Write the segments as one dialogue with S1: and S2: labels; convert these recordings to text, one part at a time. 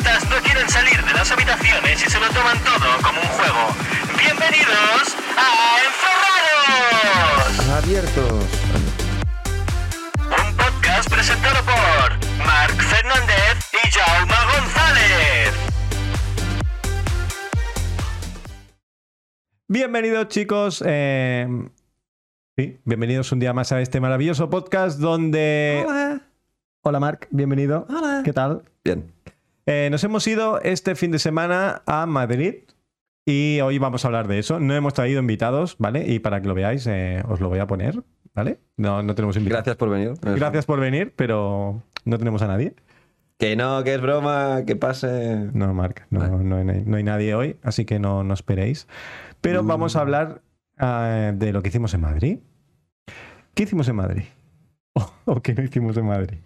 S1: quieren salir de las habitaciones y se lo toman todo como un juego. Bienvenidos a Enferrados,
S2: Abiertos.
S1: un podcast presentado por Marc Fernández y Jaume González.
S2: Bienvenidos chicos. eh, sí, bienvenidos un día más a este maravilloso podcast donde... Hola. Hola Marc, bienvenido. Hola. ¿Qué tal? Bien. Eh, nos hemos ido este fin de semana a Madrid y hoy vamos a hablar de eso. No hemos traído invitados, ¿vale? Y para que lo veáis, eh, os lo voy a poner, ¿vale? No, no tenemos invitados.
S3: Gracias por venir.
S2: Gracias por venir, pero no tenemos a nadie.
S3: Que no, que es broma, que pase.
S2: No, Marc, no,
S3: Vale.
S2: no hay, no hay nadie hoy, así que no, no esperéis. Pero
S3: Mm.
S2: vamos a hablar eh, de lo que hicimos en Madrid. ¿Qué hicimos en Madrid? ¿O, o qué no hicimos en Madrid?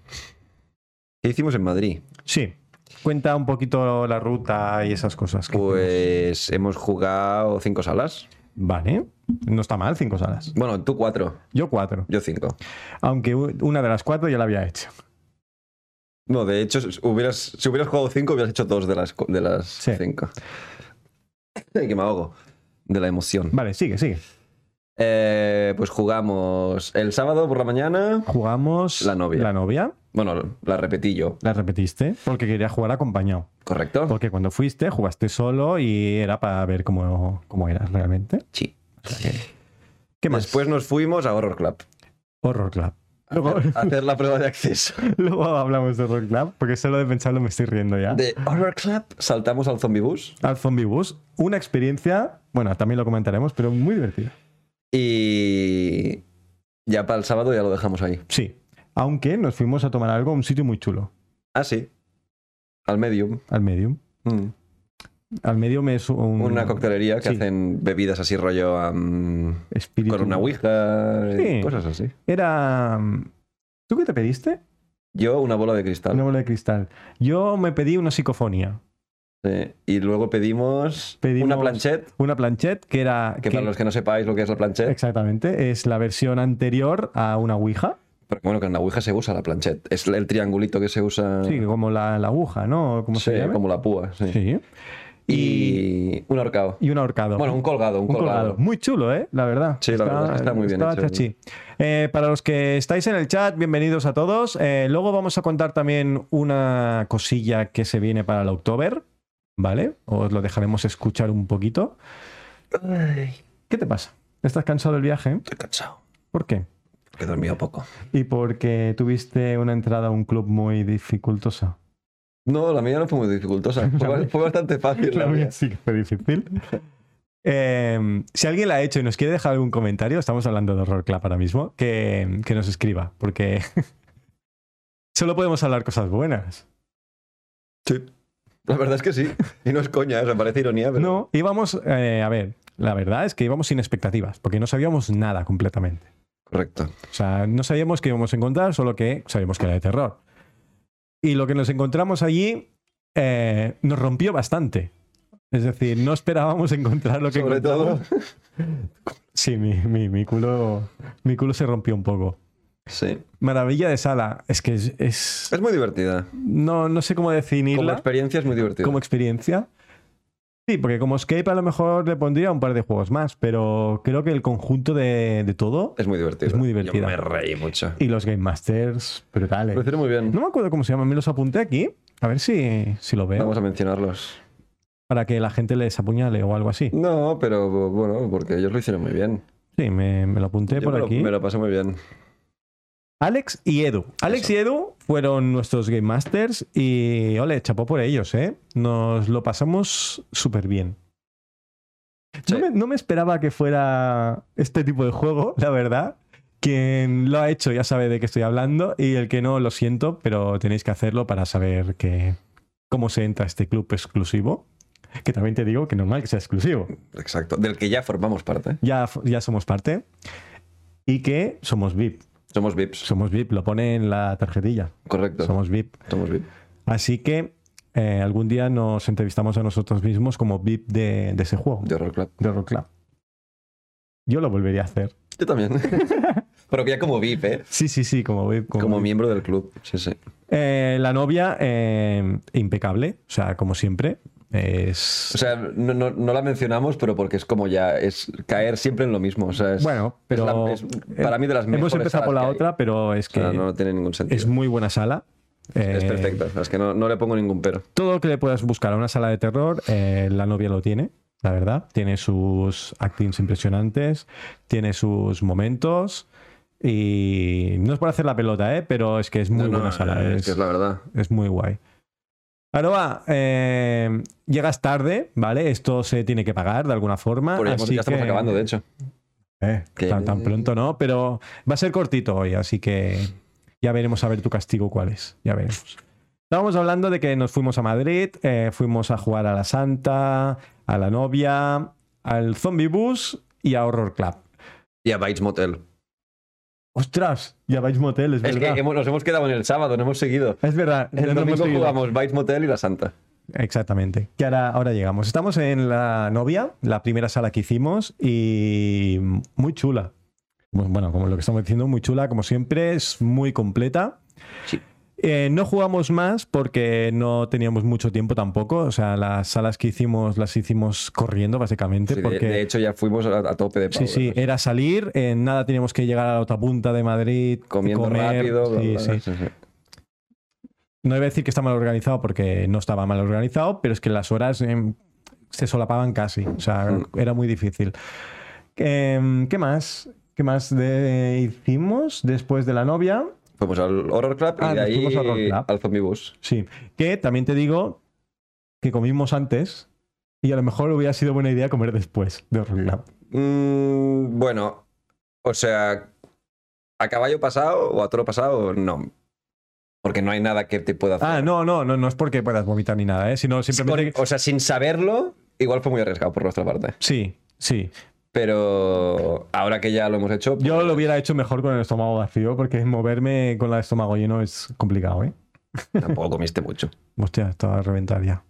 S3: ¿Qué hicimos en Madrid?
S2: Sí, cuenta un poquito la ruta y esas cosas. que hicimos.
S3: Pues hemos jugado cinco salas.
S2: Vale, no está mal, cinco salas.
S3: Bueno, tú cuatro,
S2: Yo cuatro,
S3: yo cinco.
S2: aunque u- una de las cuatro ya la había hecho.
S3: No, de hecho, si hubieras, si hubieras jugado cinco, hubieras hecho dos de las, cu- de las
S2: Sí.
S3: cinco. Ay, que me ahogo de la emoción.
S2: Vale, sigue, sigue.
S3: Eh, pues jugamos el sábado por la mañana.
S2: Jugamos
S3: La novia.
S2: La novia,
S3: Bueno, la repetí yo,
S2: la repetiste, porque quería jugar acompañado.
S3: ¿correcto?
S2: Porque cuando fuiste jugaste solo y era para ver cómo, cómo eras realmente.
S3: Sí.
S2: ¿Qué más?
S3: Después nos fuimos a Horror Club.
S2: Horror Club.
S3: a
S2: Luego,
S3: hacer- a hacer la prueba de acceso.
S2: luego hablamos de Horror Club, porque solo de pensarlo me estoy riendo ya.
S3: De Horror Club saltamos al Zombie Bus.
S2: Al Zombie Bus, una experiencia, bueno, también lo comentaremos, pero muy divertida.
S3: Y ya para el sábado ya lo dejamos ahí.
S2: Sí. Aunque nos fuimos a tomar algo a un sitio muy chulo,
S3: Ah, sí. Al medium.
S2: al Medium.
S3: Mm.
S2: Al Medium es un...
S3: Una coctelería que
S2: Mm. sí.
S3: hacen bebidas así rollo am,
S2: espíritu.
S3: con una ouija y
S2: Sí.
S3: cosas así.
S2: Era... mm, ¿Tú qué te pediste?
S3: Yo una bola de cristal.
S2: Una bola de cristal. Yo me pedí una psicofonía.
S3: Sí. Y luego pedimos,
S2: Pedimos-
S3: una planchette,
S2: Una planchette que era...
S3: que para los que no sepáis lo que es la planchette,
S2: Exactamente, es la versión anterior a una Ouija.
S3: pero bueno, que en la ouija se usa la planchette. Es el triangulito que se usa
S2: Sí, como la, la aguja, ¿no? ¿Cómo se
S3: Ah. sí,
S2: llama?
S3: como la púa. sí.
S2: Sí. Y,
S3: Y un ahorcado.
S2: y un ahorcado.
S3: Bueno, un colgado, un,
S2: Un colgado.
S3: colgado.
S2: Muy chulo, ¿eh? La verdad.
S3: Sí, la verdad es que está muy bien hecho.
S2: chachi. Eh, para los que estáis en el chat, bienvenidos a todos. Eh, luego vamos a contar también una cosilla que se viene para el October, ¿vale? Os lo dejaremos escuchar un poquito.
S3: Ay,
S2: ¿Qué te pasa? ¿Estás cansado del viaje?
S3: estoy cansado.
S2: ¿Por qué?
S3: Que he dormido poco.
S2: Y porque tuviste una entrada a un club muy dificultosa.
S3: No, la mía no fue muy dificultosa. Fue, ba- fue bastante fácil la mía.
S2: sí que fue difícil. Eh, si alguien la ha hecho y nos quiere dejar algún comentario, estamos hablando de Horror Club ahora mismo, que, que nos escriba, porque solo podemos hablar cosas buenas.
S3: Sí. La verdad es que sí. Y no es coña, o sea, parece ironía, pero.
S2: No, íbamos, eh, a ver, la verdad es que íbamos sin expectativas, porque no sabíamos nada completamente.
S3: Correcto.
S2: O sea, no sabíamos qué íbamos a encontrar, solo que sabíamos que era de terror. Y lo que nos encontramos allí eh, nos rompió bastante. Es decir, no esperábamos encontrar lo que
S3: Sobre todo.
S2: encontramos. Sí, mi, mi, mi culo, mi culo se rompió un poco.
S3: Sí.
S2: Maravilla de sala. Es que es. es-
S3: Es muy divertida.
S2: no, no sé cómo
S3: ¿Eh? Como
S2: definirla
S3: experiencia es muy divertida.
S2: como experiencia. Sí, porque como escape a lo mejor le pondría un par de juegos más, pero creo que el conjunto de, de todo
S3: Es muy divertida.
S2: Es muy divertida.
S3: Yo me reí mucho.
S2: y los Game Masters brutales.
S3: Lo hicieron muy bien.
S2: No eh. me acuerdo cómo se llama, me los apunté aquí. A ver si, si lo veo.
S3: Vamos a mencionarlos.
S2: Para que la gente les apuñale o algo así.
S3: No, pero bueno, porque ellos lo hicieron muy bien.
S2: Sí, me, me lo apunté
S3: Yo
S2: por
S3: me, lo-
S2: aquí.
S3: me lo pasé muy bien.
S2: Alex y Edu. Alex
S3: Eso.
S2: y Edu fueron nuestros Game Masters y ole, chapó por ellos, ¿eh? Nos lo pasamos súper bien.
S3: Sí.
S2: No, me, no me esperaba que fuera este tipo de juego, la verdad. Quien lo ha hecho ya sabe de qué estoy hablando y el que no, lo siento, pero tenéis que hacerlo para saber que, cómo se entra a este club exclusivo. Que también te digo que normal que sea exclusivo.
S3: Exacto. Del que ya formamos parte.
S2: Ya, ya somos parte y que somos VIP.
S3: Somos VIPs.
S2: Somos VIP, lo pone en la tarjetilla.
S3: Correcto. Somos,
S2: Somos VIP.
S3: VIP.
S2: Así que eh, algún día nos entrevistamos a nosotros mismos como VIP de, de ese juego,
S3: De Horror Club.
S2: de Rock Club. Yo lo volvería a hacer.
S3: Yo también. Pero que ya como VIP, ¿eh?
S2: Sí, sí, sí, como, voy- como
S3: Como
S2: voy.
S3: miembro del club. Sí, sí.
S2: Eh, la novia, eh, impecable, o sea, como siempre. Es.
S3: O sea, no, no- no la mencionamos, pero porque es como ya. Es caer siempre en lo mismo. O sea, es- es
S2: bueno, pero.
S3: la- es para mí de las mejores.
S2: Hemos empezado
S3: salas
S2: por la
S3: que hay.
S2: otra, pero es
S3: O
S2: que
S3: sea, no, no tiene ningún sentido.
S2: es muy buena sala.
S3: Es
S2: Eh,
S3: perfecta. Es que no, no le pongo ningún pero.
S2: Todo lo que le puedas buscar a una sala de terror, eh, la novia lo tiene, la verdad. Tiene sus actings impresionantes, tiene sus momentos. Y no es por hacer la pelota, ¿eh? pero es que es muy
S3: No, no,
S2: buena sala.
S3: Es
S2: es-
S3: que es la verdad.
S2: es muy guay. Aroa, eh, llegas tarde, ¿vale? Esto se tiene que pagar de alguna forma.
S3: Por ya hemos-
S2: Ah, así
S3: ya estamos
S2: que-
S3: acabando, de hecho.
S2: Eh,
S3: Que-
S2: tan, tan pronto no, pero va a ser cortito hoy, así que ya veremos a ver tu castigo cuál es. Ya veremos. Estábamos hablando de que nos fuimos a Madrid, eh, fuimos a jugar a la Santa, a la novia, al Zombie Bus y a Horror Club.
S3: Y a Bites Motel.
S2: ¡Ostras! Ya vais motel, es,
S3: Es que
S2: verdad.
S3: hemos- nos hemos quedado en el sábado, no hemos seguido.
S2: Es verdad.
S3: El
S2: no lo hemos
S3: domingo
S2: seguido.
S3: jugamos Bites Motel y La Santa.
S2: Exactamente. Que ahora, ahora llegamos. Estamos en la novia, la primera sala que hicimos, y muy chula. Bueno, Bueno, como lo que estamos diciendo, muy chula, como siempre, es muy completa.
S3: Sí.
S2: Eh, no jugamos más porque no teníamos mucho tiempo tampoco. O sea, las salas que hicimos las hicimos corriendo, básicamente.
S3: Sí, de,
S2: porque...
S3: de hecho, ya fuimos a, a tope de
S2: Sí,
S3: power.
S2: sí, era salir, en nada teníamos que llegar a la otra punta de Madrid,
S3: Comiendo
S2: eh, comer,
S3: rápido. bla,
S2: sí,
S3: bla,
S2: sí.
S3: bla, sí, sí.
S2: No iba a decir que está mal organizado porque no estaba mal organizado, pero es que las horas em, se solapaban casi. O sea,
S3: Mm.
S2: era muy difícil. Em, ¿Qué más? ¿Qué más de- hicimos después de la novia?
S3: Fuimos al Horror Club
S2: Ah,
S3: y de
S2: nos fuimos al Horror
S3: ahí
S2: Club.
S3: al Zombie Bus.
S2: Sí. Que también te digo que comimos antes y a lo mejor hubiera sido buena idea comer después de Horror Club.
S3: Mm, bueno, o sea, a caballo pasado o a toro pasado, no. Porque no hay nada que te pueda hacer.
S2: Ah, no, no, no, no es porque puedas vomitar ni nada, ¿eh? sino simplemente.
S3: Con- o sea, sin saberlo, igual fue muy arriesgado por nuestra parte.
S2: Sí, sí.
S3: Pero ahora que ya lo hemos hecho,
S2: Yo lo hubiera hecho mejor con el estómago vacío porque moverme con el estómago lleno es complicado, ¿eh?
S3: tampoco comiste mucho.
S2: Hostia, estaba a reventar ya.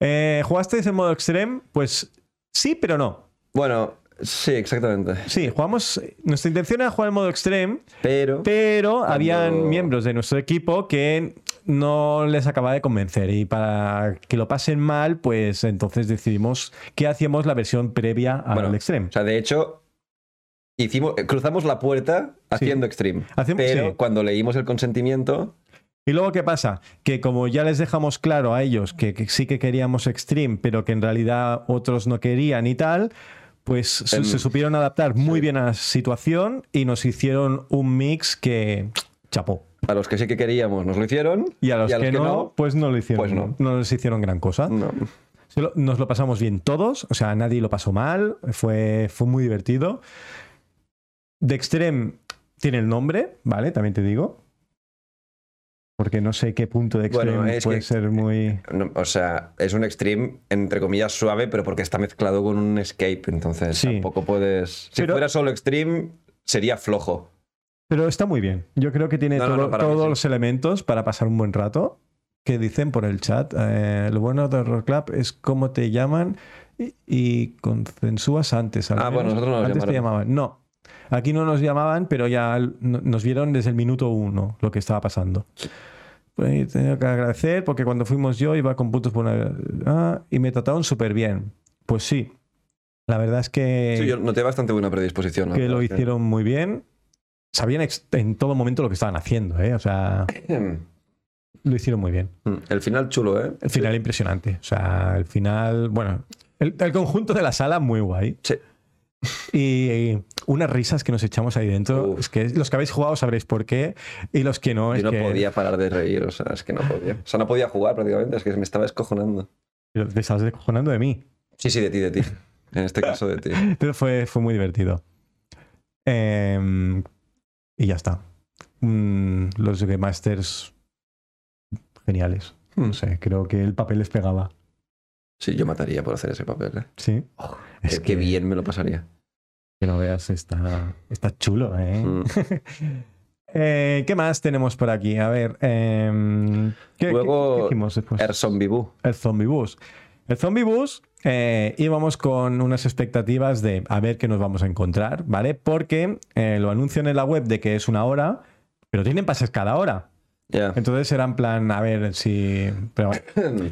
S2: Eh, ¿Jugasteis en modo extreme? Pues sí, pero no.
S3: Bueno, sí, exactamente.
S2: Sí, jugamos. Nuestra intención era jugar en modo extreme,
S3: Pero,
S2: pero habían
S3: Cuando-
S2: miembros de nuestro equipo que no les acababa de convencer. Y para que lo pasen mal, pues entonces decidimos que hacíamos la versión previa al
S3: Bueno,
S2: extreme.
S3: o sea, de hecho, hicimos, cruzamos la puerta haciendo extreme.
S2: Hacemos-
S3: pero
S2: sí.
S3: cuando leímos el consentimiento,
S2: Y luego, ¿qué pasa? Que como ya les dejamos claro a ellos que, que sí que queríamos Extreme, pero que en realidad otros no querían y tal, pues se,
S3: Em,
S2: se supieron adaptar muy bien a la situación y nos hicieron un mix que chapó.
S3: a los que sí que queríamos nos lo hicieron.
S2: Y a los, que, no, pues no lo hicieron.
S3: pues no.
S2: les hicieron gran cosa.
S3: no.
S2: Se lo- Nos lo pasamos bien todos, o sea, nadie lo pasó mal, fue, fue muy divertido. The Extreme tiene el nombre, ¿vale? También te digo. Porque no sé qué punto de
S3: Bueno,
S2: Extreme
S3: es
S2: puede
S3: que-
S2: ser muy...
S3: No, o sea, es un extreme, entre comillas, suave, pero porque está mezclado con un escape, entonces
S2: Sí.
S3: tampoco puedes... Si
S2: Pero-
S3: fuera solo extreme, sería flojo.
S2: Pero está muy bien. Yo creo que tiene
S3: No, no,
S2: todo-
S3: no, para mí
S2: todos
S3: sí.
S2: los elementos para pasar un buen rato. Que dicen por el chat. eh, lo bueno de Horror Club es cómo te llaman y, y consensúas antes. al
S3: Ah, bueno, nosotros no nos
S2: antes te llamaban. No. Aquí no nos llamaban, pero ya l- no- nos vieron desde el minuto uno lo que estaba pasando. Por ahí tengo que agradecer porque cuando fuimos yo iba con puntos por una. ah, y me trataron súper bien. Pues sí. La verdad es que
S3: Sí, yo noté bastante buena predisposición. la
S2: Eh, que lo
S3: verdad,
S2: hicieron muy bien. Sabían ex- en todo momento lo que estaban haciendo, ¿eh? O sea, lo hicieron muy bien.
S3: Mm, El final chulo, ¿eh?
S2: El final impresionante. O sea, el final, bueno, el, el conjunto de la sala muy guay.
S3: Sí.
S2: Y unas risas que nos echamos ahí dentro.
S3: Uf.
S2: Es que los que habéis jugado sabréis por qué y los que no, es
S3: Yo no
S2: que
S3: podía parar de reír, o sea, es que no podía. O sea, no podía jugar prácticamente, es que me estaba escojonando.
S2: te estás descojonando de mí.
S3: Sí, sí, de ti, de ti. En este caso, de ti.
S2: Pero fue, fue muy divertido. Em, y ya está. Mm, los Game Masters geniales. No sé, creo que el papel les pegaba.
S3: Mm, Sí, yo mataría por hacer ese papel, ¿eh?
S2: Sí.
S3: Es que bien me lo pasaría.
S2: Que no veas, está, está chulo, ¿eh?
S3: Mm.
S2: Eh, qué más tenemos por aquí? A ver. em, ¿qué, qué-
S3: Luego,
S2: qué hicimos después?
S3: Er Zombie Boo.
S2: El Zombie Bus. El Zombie Bus eh, íbamos con unas expectativas de a ver qué nos vamos a encontrar, ¿vale? Porque eh, lo anuncian en la web de que es una hora, pero tienen pases cada hora.
S3: Ya.
S2: Entonces era en plan, a ver si. pero bueno.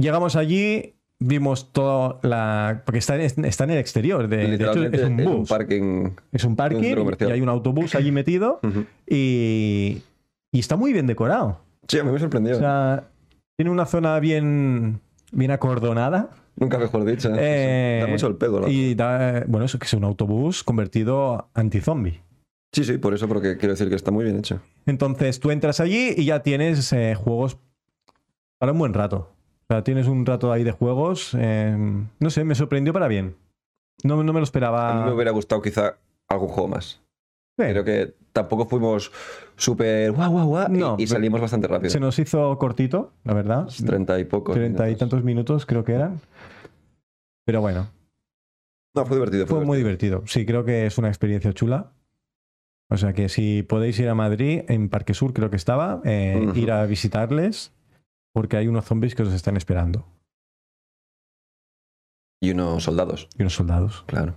S2: Llegamos allí, vimos toda la. Porque está en, está en el exterior, de, de hecho
S3: Literalmente
S2: es un
S3: es un
S2: bus.
S3: parking.
S2: Es un
S3: un
S2: parking
S3: centro comercial.
S2: y hay un autobús allí metido
S3: Ujú.
S2: y, y está muy bien decorado.
S3: Sí, a mí me sorprendió.
S2: O sea, tiene una zona bien, bien acordonada.
S3: Nunca mejor dicho.
S2: Eh,
S3: da mucho el pego. la-
S2: Y da, bueno, eso que es un autobús convertido anti-zombie.
S3: Sí, sí, por eso, porque quiero decir que está muy bien hecho.
S2: Entonces tú entras allí y ya tienes eh, juegos para un buen rato. O sea, tienes un rato ahí de juegos. eh, no sé, me sorprendió para bien. No,
S3: A
S2: no me lo
S3: mí me
S2: esperaba.
S3: hubiera gustado quizá algún juego más.
S2: Eh,
S3: Creo que tampoco fuimos súper guau, guau, guau. y-
S2: No,
S3: y,
S2: pero-
S3: salimos bastante rápido.
S2: Se nos hizo cortito, la verdad.
S3: Treinta y pocos.
S2: Treinta y
S3: minutos.
S2: tantos minutos creo que eran. Pero bueno,
S3: No, fue divertido.
S2: fue muy
S3: divertido.
S2: divertido. Sí, creo que es una experiencia chula. O sea que si podéis ir a Madrid, en Parque Sur creo que estaba, eh,
S3: Ujú.
S2: ir a visitarles, porque hay unos zombies que os están esperando,
S3: Y unos soldados,
S2: y unos soldados,
S3: claro.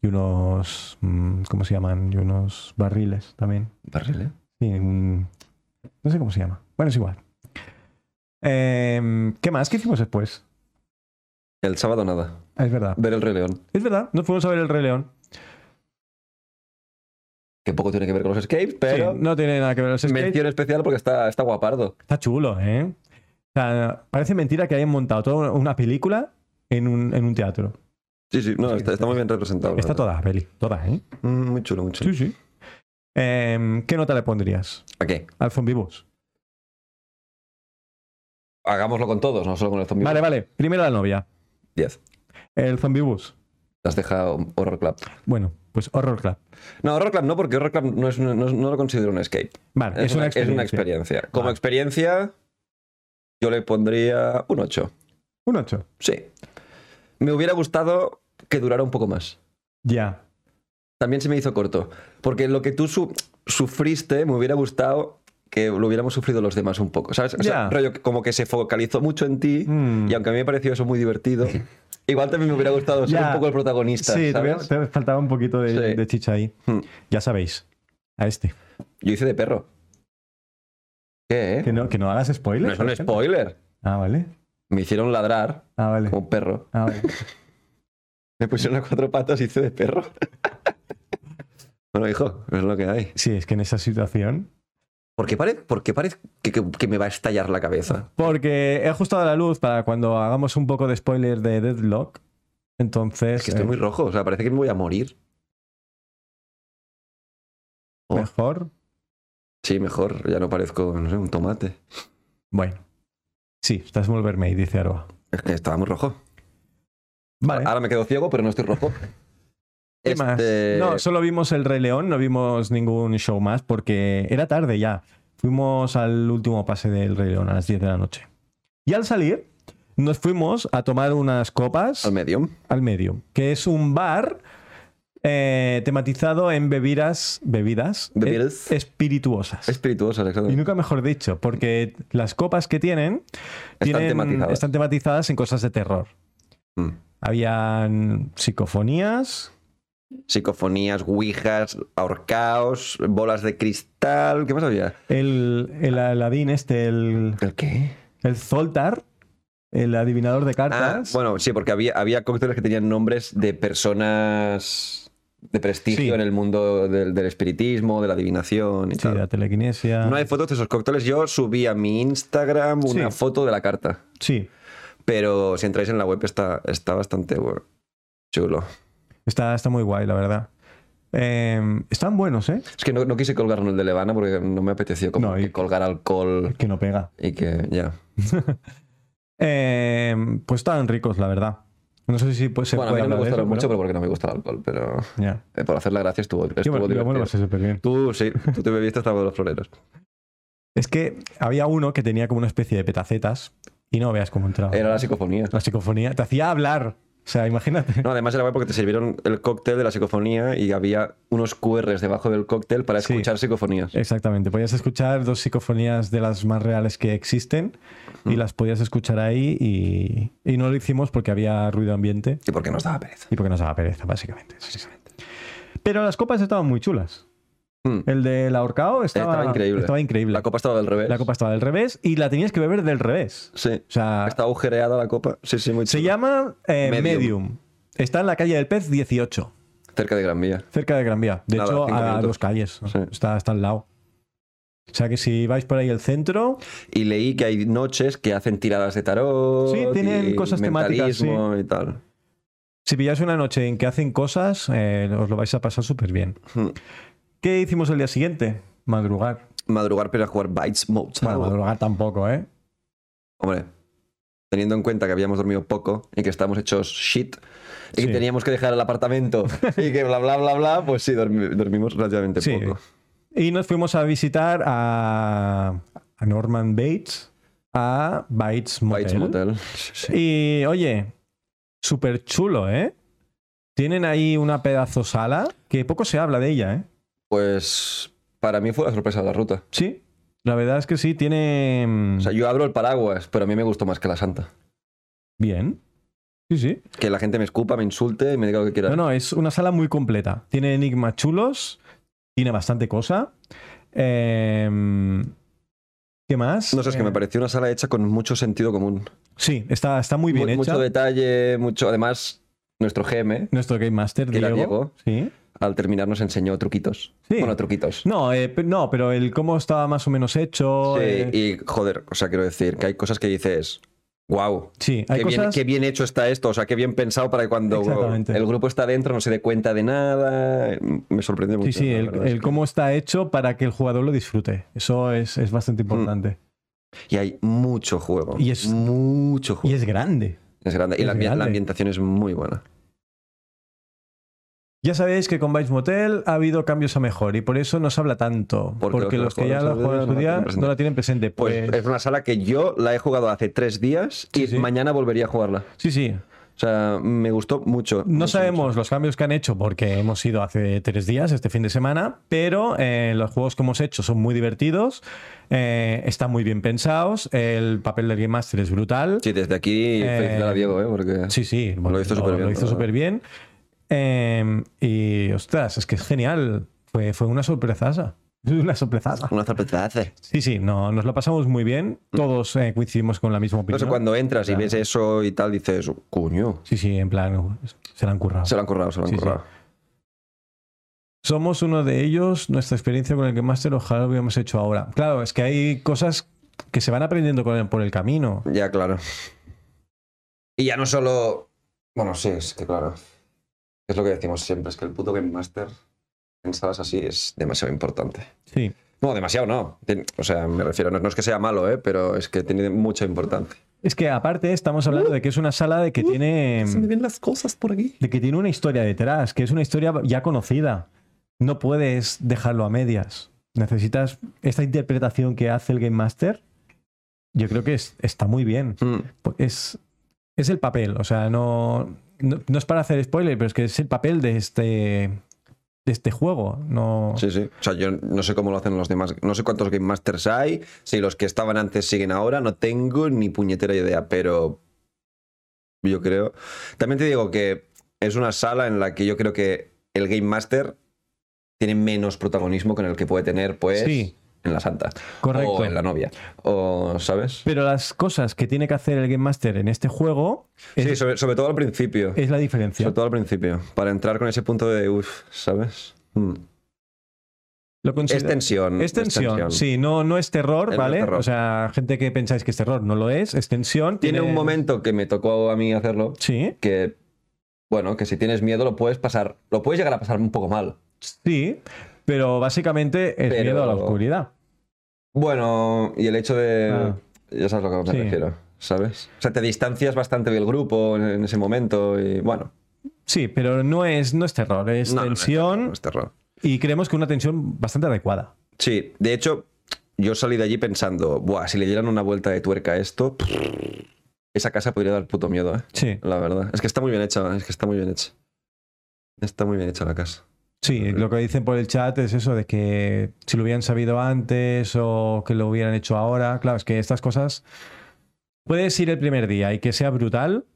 S2: y unos, mm, ¿cómo se llaman? Y unos barriles también.
S3: Barril, ¿eh?
S2: Sí, un- no sé cómo se llama. Bueno, es igual. Em, ¿Qué más? ¿Qué hicimos después?
S3: El sábado nada.
S2: Ah, es verdad.
S3: Ver el Rey León.
S2: Es verdad, nos fuimos a ver el Rey León.
S3: Que poco tiene que ver con los escapes, pero
S2: Sí, no tiene nada que ver. los skates.
S3: mención especial porque está, está guapardo.
S2: Está chulo, ¿eh? O sea, parece mentira que hayan montado toda una película en un, en un teatro.
S3: Sí, sí, no,
S2: Sí,
S3: está, está muy bien representado. la
S2: Está
S3: verdad.
S2: toda, la peli, toda, ¿eh?
S3: Mm, Muy chulo, muy chulo.
S2: sí. Em, ¿Qué nota le pondrías
S3: ¿A qué?
S2: al Zombie Bus?
S3: Hagámoslo con todos, no solo con el zombie.
S2: Vale, vale. Primero la novia.
S3: 10.
S2: El Zombie Bus.
S3: Las deja Horror Club.
S2: Bueno, pues Horror Club.
S3: No, Horror Club no, porque Horror Club no, es un- no es- no lo considero un escape.
S2: Vale, es, una experiencia. Ah.
S3: experiencia. Como
S2: Vale.
S3: experiencia, yo le pondría un 8.
S2: Un 8.
S3: Sí. Me hubiera gustado que durara un poco más.
S2: Ya.
S3: También se me hizo corto. Porque lo que tú su- sufriste, me hubiera gustado que lo hubiéramos sufrido los demás un poco. ¿Sabes? O sea,
S2: Ya.
S3: rollo que como que se focalizó mucho en ti.
S2: Mm.
S3: Y aunque a mí me pareció eso muy divertido, igual también me hubiera gustado ser
S2: Ya.
S3: un poco el protagonista.
S2: Sí, te,
S3: ¿sabes?
S2: hubiera- te faltaba un poquito de,
S3: Sí.
S2: de chicha ahí.
S3: Hmm.
S2: Ya sabéis. A este.
S3: Yo hice de perro. ¿Qué, eh?
S2: Que no, que no hagas
S3: No
S2: spoilers.
S3: es un spoiler.
S2: Ah, vale.
S3: Me hicieron ladrar
S2: Ah, vale.
S3: como un perro.
S2: Ah, vale.
S3: Me pusieron a cuatro patas y hice de perro. bueno, hijo, es lo que hay.
S2: Sí, es que en esa situación
S3: ¿Por qué parece que, que- que me va a estallar la cabeza?
S2: Porque he ajustado la luz para cuando hagamos un poco de spoiler de Deadlock. Entonces,
S3: Es que estoy
S2: eh,
S3: muy rojo, o sea, parece que me voy a morir. rojo.
S2: mejor.
S3: Sí, mejor, ya no parezco, no sé, un tomate.
S2: Bueno. Sí, estás muy vermell, dice Aroa.
S3: Es que estaba muy rojo.
S2: Vale.
S3: Ahora me quedo ciego, pero no estoy rojo.
S2: ¿Qué más?
S3: Este,
S2: No, solo vimos El Rey León, no vimos ningún show más porque era tarde ya. Fuimos al último pase del Rey León a las 10 de la noche. Y al salir, nos fuimos a tomar unas copas
S3: Al medium.
S2: al medio, que es un bar eh, tematizado en bebidas, bebidas, eh,
S3: Bebidas.
S2: espirituosas.
S3: Espirituoso,
S2: Y
S3: exactamente.
S2: nunca mejor dicho, porque las copas que tienen, tienen-
S3: tematizadas.
S2: están tematizadas en cosas de terror.
S3: Mm.
S2: Habían psicofonías,
S3: Psicofonías, ouijas, ahorcaos, bolas de cristal. ¿Qué más había?
S2: el, el Aladín este, el,
S3: ¿El qué?
S2: el Zoltar, el adivinador de
S3: Ah,
S2: cartas.
S3: bueno, sí, porque había, había cócteles que tenían nombres de personas de prestigio
S2: Sí.
S3: en el mundo del, del espiritismo, de la adivinación y
S2: sí,
S3: tal.
S2: la telequinesia.
S3: No hay fotos de esos cócteles. Yo subí a mi Instagram una
S2: Sí.
S3: foto de la carta.
S2: Sí,
S3: Pero si entráis en la web está, está bastante bueno, chulo.
S2: está, está muy guay, la verdad. Eh, están buenos, ¿eh?
S3: Es que no, no quise colgar el de Levana porque no me apeteció como
S2: No, y-
S3: que colgar alcohol
S2: Que no pega.
S3: y que ya.
S2: Eh, pues estaban ricos, la verdad. No sé si pues, se
S3: bueno, a mí
S2: puede
S3: no me
S2: hablar de
S3: gustaron
S2: eso,
S3: mucho,
S2: pero-
S3: pero porque no me gusta el alcohol. Pero
S2: Ya.
S3: eh, por hacer la gracia estuvo, estuvo
S2: Yo me- yo me lo
S3: divertido.
S2: pasé súper bien.
S3: Tú sí, tú te bebiste hasta los floreros.
S2: Es que había uno que tenía como una especie de petacetas y no veas cómo entraba.
S3: Era la psicofonía.
S2: La psicofonía te hacía hablar. O sea, imagínate.
S3: No, además era guay porque te sirvieron el cóctel de la psicofonía y había unos QRs debajo del cóctel para
S2: Sí. Eh.
S3: escuchar psicofonías.
S2: Exactamente. Podías escuchar dos psicofonías de las más reales que existen
S3: Mm.
S2: y las podías escuchar ahí y, y no lo hicimos porque había ruido ambiente
S3: Y porque nos daba pereza.
S2: y porque nos daba pereza, básicamente. Sí, sí. Pero las copas estaban muy chulas.
S3: Mm.
S2: El del ahorcao estaba,
S3: Estaba increíble.
S2: Estaba increíble.
S3: La copa estaba del revés.
S2: La copa estaba del revés y la tenías que beber del revés.
S3: Sí.
S2: O sea,
S3: Está agujereada la copa. Sí, sí, muy
S2: se
S3: chulo.
S2: llama eh,
S3: Medium.
S2: Medium. Está en la calle del Pez 18,
S3: Cerca de Gran Vía.
S2: cerca de Gran Vía. De
S3: Nada,
S2: hecho,
S3: cinco
S2: a
S3: minutos.
S2: dos calles. ¿no?
S3: Sí.
S2: Está, está al lado. O sea que si vais por ahí al centro,
S3: Y leí que hay noches que hacen tiradas de tarot.
S2: Sí, tienen
S3: y
S2: cosas temáticas, sí.
S3: mentalismo y tal.
S2: si pilláis una noche en que hacen cosas, eh, os lo vais a pasar súper bien.
S3: Hmm.
S2: ¿Qué hicimos el día siguiente? Madrugar.
S3: Madrugar para jugar Bites Mozart.
S2: Bueno, madrugar tampoco, ¿eh?
S3: Hombre, teniendo en cuenta que habíamos dormido poco y que estábamos hechos shit y que
S2: Sí.
S3: teníamos que dejar el apartamento y que bla, bla, bla, bla, pues sí, dormi- dormimos relativamente
S2: Sí.
S3: poco.
S2: Y nos fuimos a visitar a, a Norman Bates, a Bates Motel.
S3: Bites Motel. Sí, sí.
S2: Y oye, súper chulo, ¿eh? Tienen ahí una pedazo sala que poco se habla de ella, ¿eh?
S3: Pues para mí fue la sorpresa de la ruta.
S2: Sí, la verdad es que sí, tiene... mm,
S3: O sea, yo abro el paraguas, pero a mí me gustó más que la santa.
S2: Bien. Sí, sí.
S3: Que la gente me escupa, me insulte y me diga lo que quiera.
S2: No, no, es una sala muy completa. Tiene enigmas chulos, tiene bastante cosa. Em, ¿Qué más?
S3: No sé, es que
S2: Eh,
S3: me pareció una sala hecha con mucho sentido común.
S2: Sí, está, está muy bien
S3: Mu-
S2: hecha.
S3: Mucho detalle, mucho. Además, nuestro GM,
S2: Nuestro Game Master,
S3: Que era
S2: Diego. Sí.
S3: al terminar, nos enseñó truquitos.
S2: Sí.
S3: Bueno, truquitos.
S2: No, eh, pe- no, pero el cómo estaba más o menos hecho.
S3: Sí,
S2: eh,
S3: y joder, o sea, quiero decir que hay cosas que dices, wow,
S2: sí, hay
S3: qué, bien,
S2: cosas.
S3: qué bien hecho está esto, o sea, qué bien pensado para que cuando
S2: Exactamente.
S3: el grupo está dentro no se dé cuenta de nada. Me sorprende mucho.
S2: Sí, sí,
S3: la
S2: el,
S3: verdad es
S2: el
S3: que-
S2: cómo está hecho para que el jugador lo disfrute. Eso es, es
S3: Mm.
S2: bastante importante.
S3: Y hay mucho juego.
S2: Y es-
S3: mucho
S2: Y
S3: juego.
S2: es grande.
S3: es grande. Y
S2: es
S3: la, ambi- la
S2: grande.
S3: ambientación es muy buena.
S2: Ya sabéis que con Vice Motel ha habido cambios a mejor y por eso no se habla tanto.
S3: Porque
S2: Porque,
S3: los
S2: los
S3: que
S2: que ya
S3: jugaron
S2: la
S3: su
S2: jugaron
S3: día no la
S2: su día
S3: tienen
S2: no la tienen presente.
S3: Pues,
S2: Pues,
S3: es una sala que yo la he jugado hace tres días y
S2: Sí, sí.
S3: mañana volvería a jugarla.
S2: sí, sí.
S3: O sea, me gustó mucho.
S2: No
S3: eh, mucho,
S2: sabemos
S3: mucho.
S2: los cambios que han hecho porque hemos ido hace tres días, este fin de semana, pero eh, los juegos que hemos hecho son muy divertidos, eh, están muy bien pensados, el papel del Game Master es brutal.
S3: Sí, desde aquí
S2: Eh,
S3: felicitar a Diego, ¿eh? porque
S2: Sí, sí, bueno,
S3: hizo superbién,
S2: lo hizo
S3: la verdad.
S2: superbién. Eh, y ostras, es que es genial. Fue, fue una sorpresaza. Una sorpresaza.
S3: una sorpresa
S2: Sí, sí, no, nos lo pasamos muy bien. Todos eh, coincidimos con la misma
S3: No
S2: opinión.
S3: sé, cuando entras y
S2: Claro.
S3: ves eso y tal, dices, coño,
S2: Sí, sí, en plan, se la han currado.
S3: se lo han currado, se lo han
S2: Sí, sí.
S3: currado.
S2: Somos uno de ellos, nuestra experiencia con el Game Master ojalá lo hubiéramos hecho ahora. Claro, es que hay cosas que se van aprendiendo con el- por el camino.
S3: Ya, claro. Y ya no solo. Bueno, sí, es que claro. Es lo que decimos siempre, es que el puto Game Master en salas así es demasiado importante.
S2: Sí.
S3: No, demasiado no. Tien- O sea, me refiero, no, no es que sea malo, ¿eh? pero es que tiene mucha importancia.
S2: Es que aparte estamos hablando de que es una sala de que tiene mm,
S3: ven las cosas por aquí.
S2: de que tiene una historia detrás, que es una historia ya conocida. No puedes dejarlo a medias. Necesitas esta interpretación que hace el Game Master. Yo creo que es- está muy bien. es, es el papel, o sea, no, no, no es para hacer spoiler, pero es que es el papel de este, de este juego. No,
S3: Sí, sí. O sea, yo no sé cómo lo hacen los demás. No sé cuántos Game Masters hay. Si los que estaban antes siguen ahora, no tengo ni puñetera idea, pero yo creo. También te digo que es una sala en la que yo creo que el Game Master tiene menos protagonismo con el que puede tener, pues,
S2: Sí.
S3: en la Santa.
S2: Correcto.
S3: O Oh, en la novia. O, ¿sabes?
S2: Pero las cosas que tiene que hacer el Game Master en este juego es,
S3: Sí, sobre, sobre todo al principio.
S2: es la diferencia.
S3: Sobre todo al principio. Para entrar con ese punto de uff, ¿sabes? Mm.
S2: Lo
S3: Es
S2: considero-
S3: tensión.
S2: Es tensión, sí, no, no es terror,
S3: Es
S2: ¿vale?
S3: terror.
S2: O sea, gente que pensáis que es terror, no lo es, es tensión.
S3: Tiene un momento que me tocó a mí hacerlo,
S2: Sí,
S3: que bueno, que si tienes miedo lo puedes pasar, lo puedes llegar a pasar un poco mal.
S2: sí, pero básicamente es
S3: Pero-
S2: miedo a la oscuridad.
S3: Bueno, y el hecho de
S2: Ah.
S3: ya sabes a lo que me
S2: Sí.
S3: refiero, ¿sabes? O sea, te distancias bastante del grupo en, en ese momento y bueno,
S2: Sí, pero no es, no es terror, es
S3: no, no, no,
S2: tensión
S3: no es terror.
S2: y creemos que una tensión bastante adecuada.
S3: Sí, de hecho yo salí de allí pensando, buah, si le dieran una vuelta de tuerca a esto, Esa casa podría dar puto miedo, ¿eh?
S2: Sí,
S3: La verdad. Es que está muy bien hecha, es que está muy bien hecha. Está muy bien hecha la casa.
S2: sí, lo que dicen por el chat es eso, de que si lo hubieran sabido antes o que lo hubieran hecho ahora. Claro, es que estas cosas. Puedes ir el primer día y que sea brutal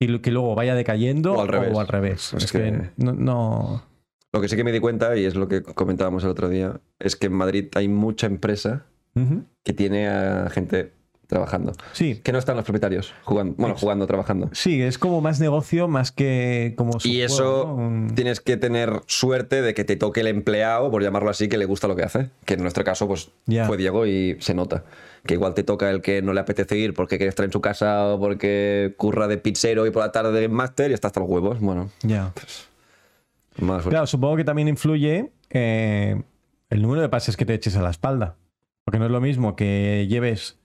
S2: y lo- que luego vaya decayendo
S3: O al revés. Pues
S2: revés.
S3: Es
S2: Es, que,
S3: que-
S2: no- no...
S3: Lo que sí que me di cuenta, y es lo que comentábamos el otro día, es que en Madrid hay mucha empresa
S2: Ujú.
S3: que tiene a gente trabajando.
S2: Sí,
S3: Que no están los propietarios jugando, bueno, jugando, trabajando.
S2: sí, es como más negocio más que como...
S3: Y
S2: subjuego,
S3: eso
S2: ¿no? Un-
S3: tienes que tener suerte de que te toque el empleado, por llamarlo así, que le gusta lo que hace. Que en nuestro caso, pues
S2: Ya.
S3: fue Diego y se nota. Que igual te toca el que no le apetece ir porque quiere estar en su casa o porque curra de pizzero y por la tarde en máster y está hasta los huevos. Bueno,
S2: Ya.
S3: Pues, más suerte.
S2: Claro, supongo que también influye eh, el número de pases que te eches a la espalda. Porque no es lo mismo que lleves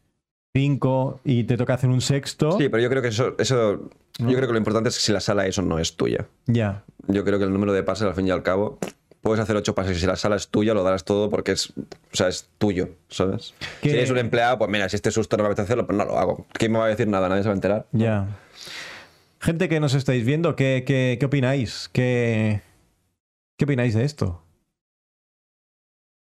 S2: cinco y te toca hacer un sexto.
S3: Sí, pero yo creo que eso, eso yo creo que lo importante es que si la sala eso no es tuya.
S2: Ya,
S3: Yo creo que el número de pases, al fin y al cabo, puedes hacer ocho pases y si la sala es tuya, lo darás todo porque es, o sea, es tuyo, ¿sabes?
S2: Que-
S3: Si eres un empleado, pues mira, si este susto no me apetece hacerlo, pues no lo hago. ¿Quién me va a decir nada? Nadie se va a enterar.
S2: ya. Gente que nos estáis viendo, ¿qué, qué, qué opináis? ¿Qué, ¿Qué opináis de esto?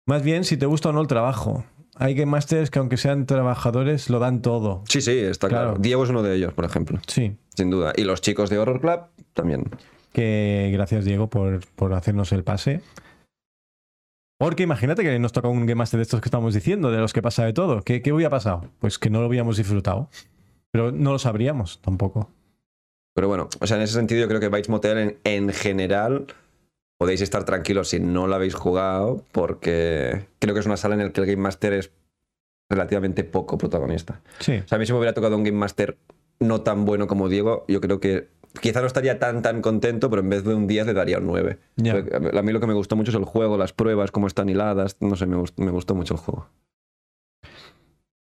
S2: Más bien, si te gusta o no el trabajo. Hay Game Masters que aunque sean trabajadores, lo dan todo.
S3: Sí, sí, está claro.
S2: Claro.
S3: Diego es uno de ellos, por ejemplo,
S2: Sí.
S3: sin duda. Y los chicos de Horror Club también.
S2: que gracias Diego por, por hacernos el pase. Porque imagínate que nos toca un Game Master de estos que estamos diciendo, de los que pasa de todo. ¿Qué, qué hubiera pasado? Pues que no lo hubiéramos disfrutado. Pero no lo sabríamos tampoco.
S3: Pero bueno, o sea, en ese sentido yo creo que Bites Motel en, en general podéis estar tranquilos si no la habéis jugado, porque creo que es una sala en la que el Game Master es relativamente poco protagonista.
S2: Sí.
S3: O sea, a mí si me hubiera tocado un Game Master no tan bueno como Diego, yo creo que quizá no estaría tan tan contento, pero en vez de un 10 le daría un 9.
S2: Ya.
S3: Porque A mí lo que me gustó mucho es el juego, las pruebas, cómo están hiladas, no sé, me gust- me gustó mucho el juego.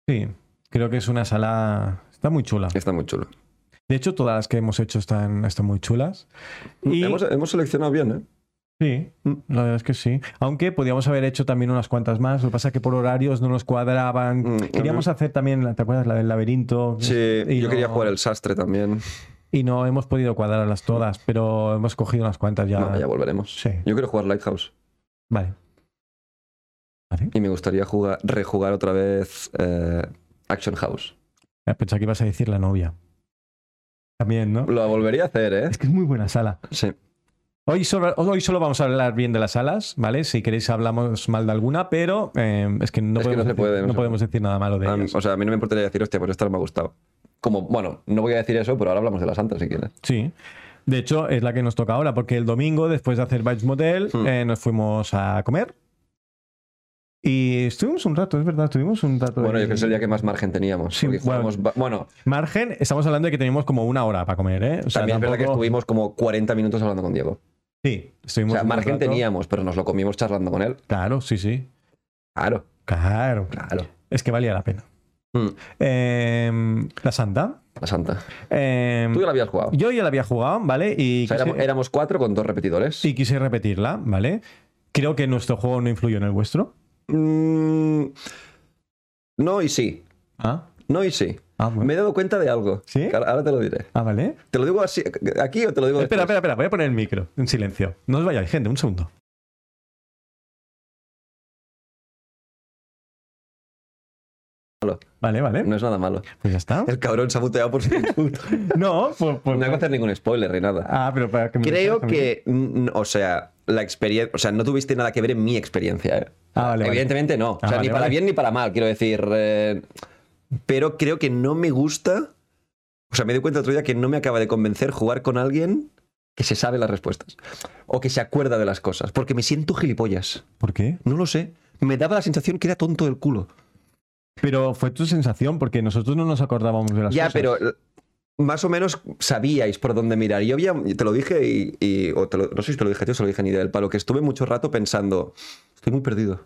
S2: Sí. Creo que es una sala. Está muy chula.
S3: Está muy chulo.
S2: De hecho, todas las que hemos hecho están, están muy chulas. Y
S3: Mm, Hemos, hemos seleccionado bien, ¿eh?
S2: sí, la verdad es que sí. Aunque podíamos haber hecho también unas cuantas más. Lo que pasa es que por horarios no nos cuadraban.
S3: Mm,
S2: Queríamos hacer también, la- ¿te acuerdas? La del laberinto.
S3: Sí,
S2: Y
S3: yo quería
S2: no-
S3: jugar el sastre también.
S2: Y no hemos podido cuadrarlas todas, pero hemos cogido unas cuantas ya.
S3: No, ya volveremos.
S2: Sí.
S3: Yo quiero jugar Lighthouse.
S2: Vale. Vale.
S3: Y me gustaría jugar, rejugar otra vez eh, Action House.
S2: Eh, Pensaba que ibas a decir la novia. También, ¿no?
S3: Lo volvería a hacer, ¿eh?
S2: Es que es muy buena sala.
S3: Sí.
S2: Hoy solo, hoy solo vamos a hablar bien de las salas, ¿vale? Si queréis hablamos mal de alguna, pero eh, es que no,
S3: Es que
S2: podemos,
S3: no se
S2: decir,
S3: puede, no
S2: no
S3: se
S2: podemos decir nada malo de
S3: Ah,
S2: ellas.
S3: o sea, a mí no me importaría decir, hostia, pues esta no me ha gustado. Como, bueno, no voy a decir eso, pero ahora hablamos de la Santa si quieres.
S2: Sí. De hecho, es la que nos toca ahora, porque el domingo, después de hacer Vibes Motel,
S3: Hmm.
S2: eh, nos fuimos a comer. Y estuvimos un rato, es verdad, estuvimos un rato.
S3: Bueno, yo
S2: ahí.
S3: creo que es el día que más margen teníamos.
S2: Sí,
S3: porque jugamos ba- bueno,
S2: Margen, estamos hablando de que teníamos como una hora para comer, ¿eh? O sea,
S3: también es verdad que
S2: tampoco-
S3: estuvimos como 40 minutos hablando con Diego.
S2: Sí,
S3: O
S2: estuvimos.
S3: sea,
S2: un
S3: margen
S2: rato.
S3: teníamos, pero nos lo comimos charlando con él.
S2: Claro, sí, sí.
S3: Claro,
S2: Claro.
S3: claro.
S2: Es que valía la pena.
S3: Mm,
S2: Em, la Santa.
S3: la Santa.
S2: Em,
S3: Tú ya la habías jugado.
S2: yo ya la había jugado, ¿vale? Y,
S3: O sea,
S2: quise,
S3: éramos, éramos cuatro con dos repetidores.
S2: y quise repetirla, ¿vale? Creo que nuestro juego no influyó en el vuestro.
S3: Mm, no y sí.
S2: Ah,
S3: No y sí.
S2: ah bueno.
S3: Me he dado cuenta de algo.
S2: ¿Sí?
S3: que ahora- Ahora te lo diré.
S2: Ah, vale.
S3: ¿Te lo digo así aquí o te lo digo después?
S2: Espera, espera, espera. Voy a poner el micro en silencio. No os vayáis, gente, un segundo.
S3: Malo.
S2: Vale, vale.
S3: No es nada malo.
S2: Pues ya está.
S3: El cabrón se ha muteado por su puto.
S2: No, pues. pues-
S3: No hay que hacer ningún spoiler ni nada.
S2: Ah, pero para que me
S3: Creo
S2: dejes a mí.
S3: que, mm, o sea, la experiencia, o sea, no tuviste nada que ver en mi experiencia, ¿eh?
S2: Ah, vale, vale.
S3: Evidentemente no. O sea,
S2: Ah, vale,
S3: ni para
S2: vale.
S3: bien ni para mal, quiero decir. eh, pero creo que no me gusta. O sea, me di cuenta otro día que no me acaba de convencer jugar con alguien que se sabe las respuestas o que se acuerda de las cosas, porque me siento gilipollas.
S2: ¿Por qué?
S3: No lo sé. Me daba la sensación que era tonto del culo.
S2: Pero fue tu sensación, porque nosotros no nos acordábamos de las
S3: ya,
S2: cosas.
S3: pero l- más o menos sabíais por dónde mirar. Yo había, te lo dije y, y- o te lo- no sé si te lo dije a ti o se lo dije ni idea del palo, que estuve mucho rato pensando, estoy muy perdido.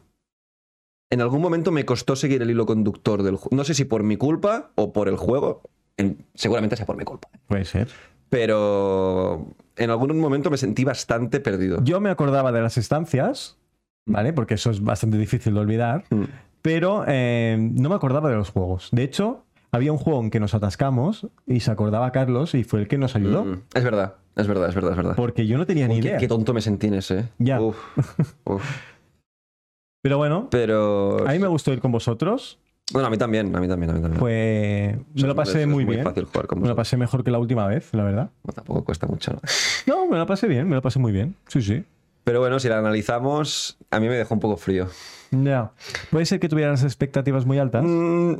S3: En algún momento me costó seguir el hilo conductor del juego. No sé si por mi culpa o por el juego. En- seguramente sea por mi culpa.
S2: Puede ser.
S3: Pero en algún momento me sentí bastante perdido.
S2: Yo me acordaba de las estancias, ¿vale? Porque eso es bastante difícil de olvidar.
S3: Mm.
S2: Pero eh, no me acordaba de los juegos. De hecho, había un juego en que nos atascamos y se acordaba Carlos y fue el que nos ayudó.
S3: Mm, es verdad, es verdad, es verdad, es verdad.
S2: Porque yo no tenía ni
S3: Uy, qué-
S2: idea.
S3: Qué, tonto me sentí en ese. eh.
S2: Ya.
S3: Uf, uf.
S2: Pero bueno,
S3: Pero.
S2: a mí me gustó ir con vosotros.
S3: Bueno, a mí también, a mí también, a mí también.
S2: Fue... Me lo
S3: Es-
S2: pasé
S3: es
S2: muy
S3: Muy
S2: bien.
S3: fácil jugar con
S2: Me lo
S3: vosotros.
S2: pasé mejor que la última vez, la verdad.
S3: Bueno, Tampoco cuesta mucho. ¿no?
S2: No, me lo pasé bien, me lo pasé muy bien. Sí, sí.
S3: Pero bueno, si la analizamos, a mí me dejó un poco frío.
S2: Ya. Puede ser que tuvieran las expectativas muy altas.
S3: Mm,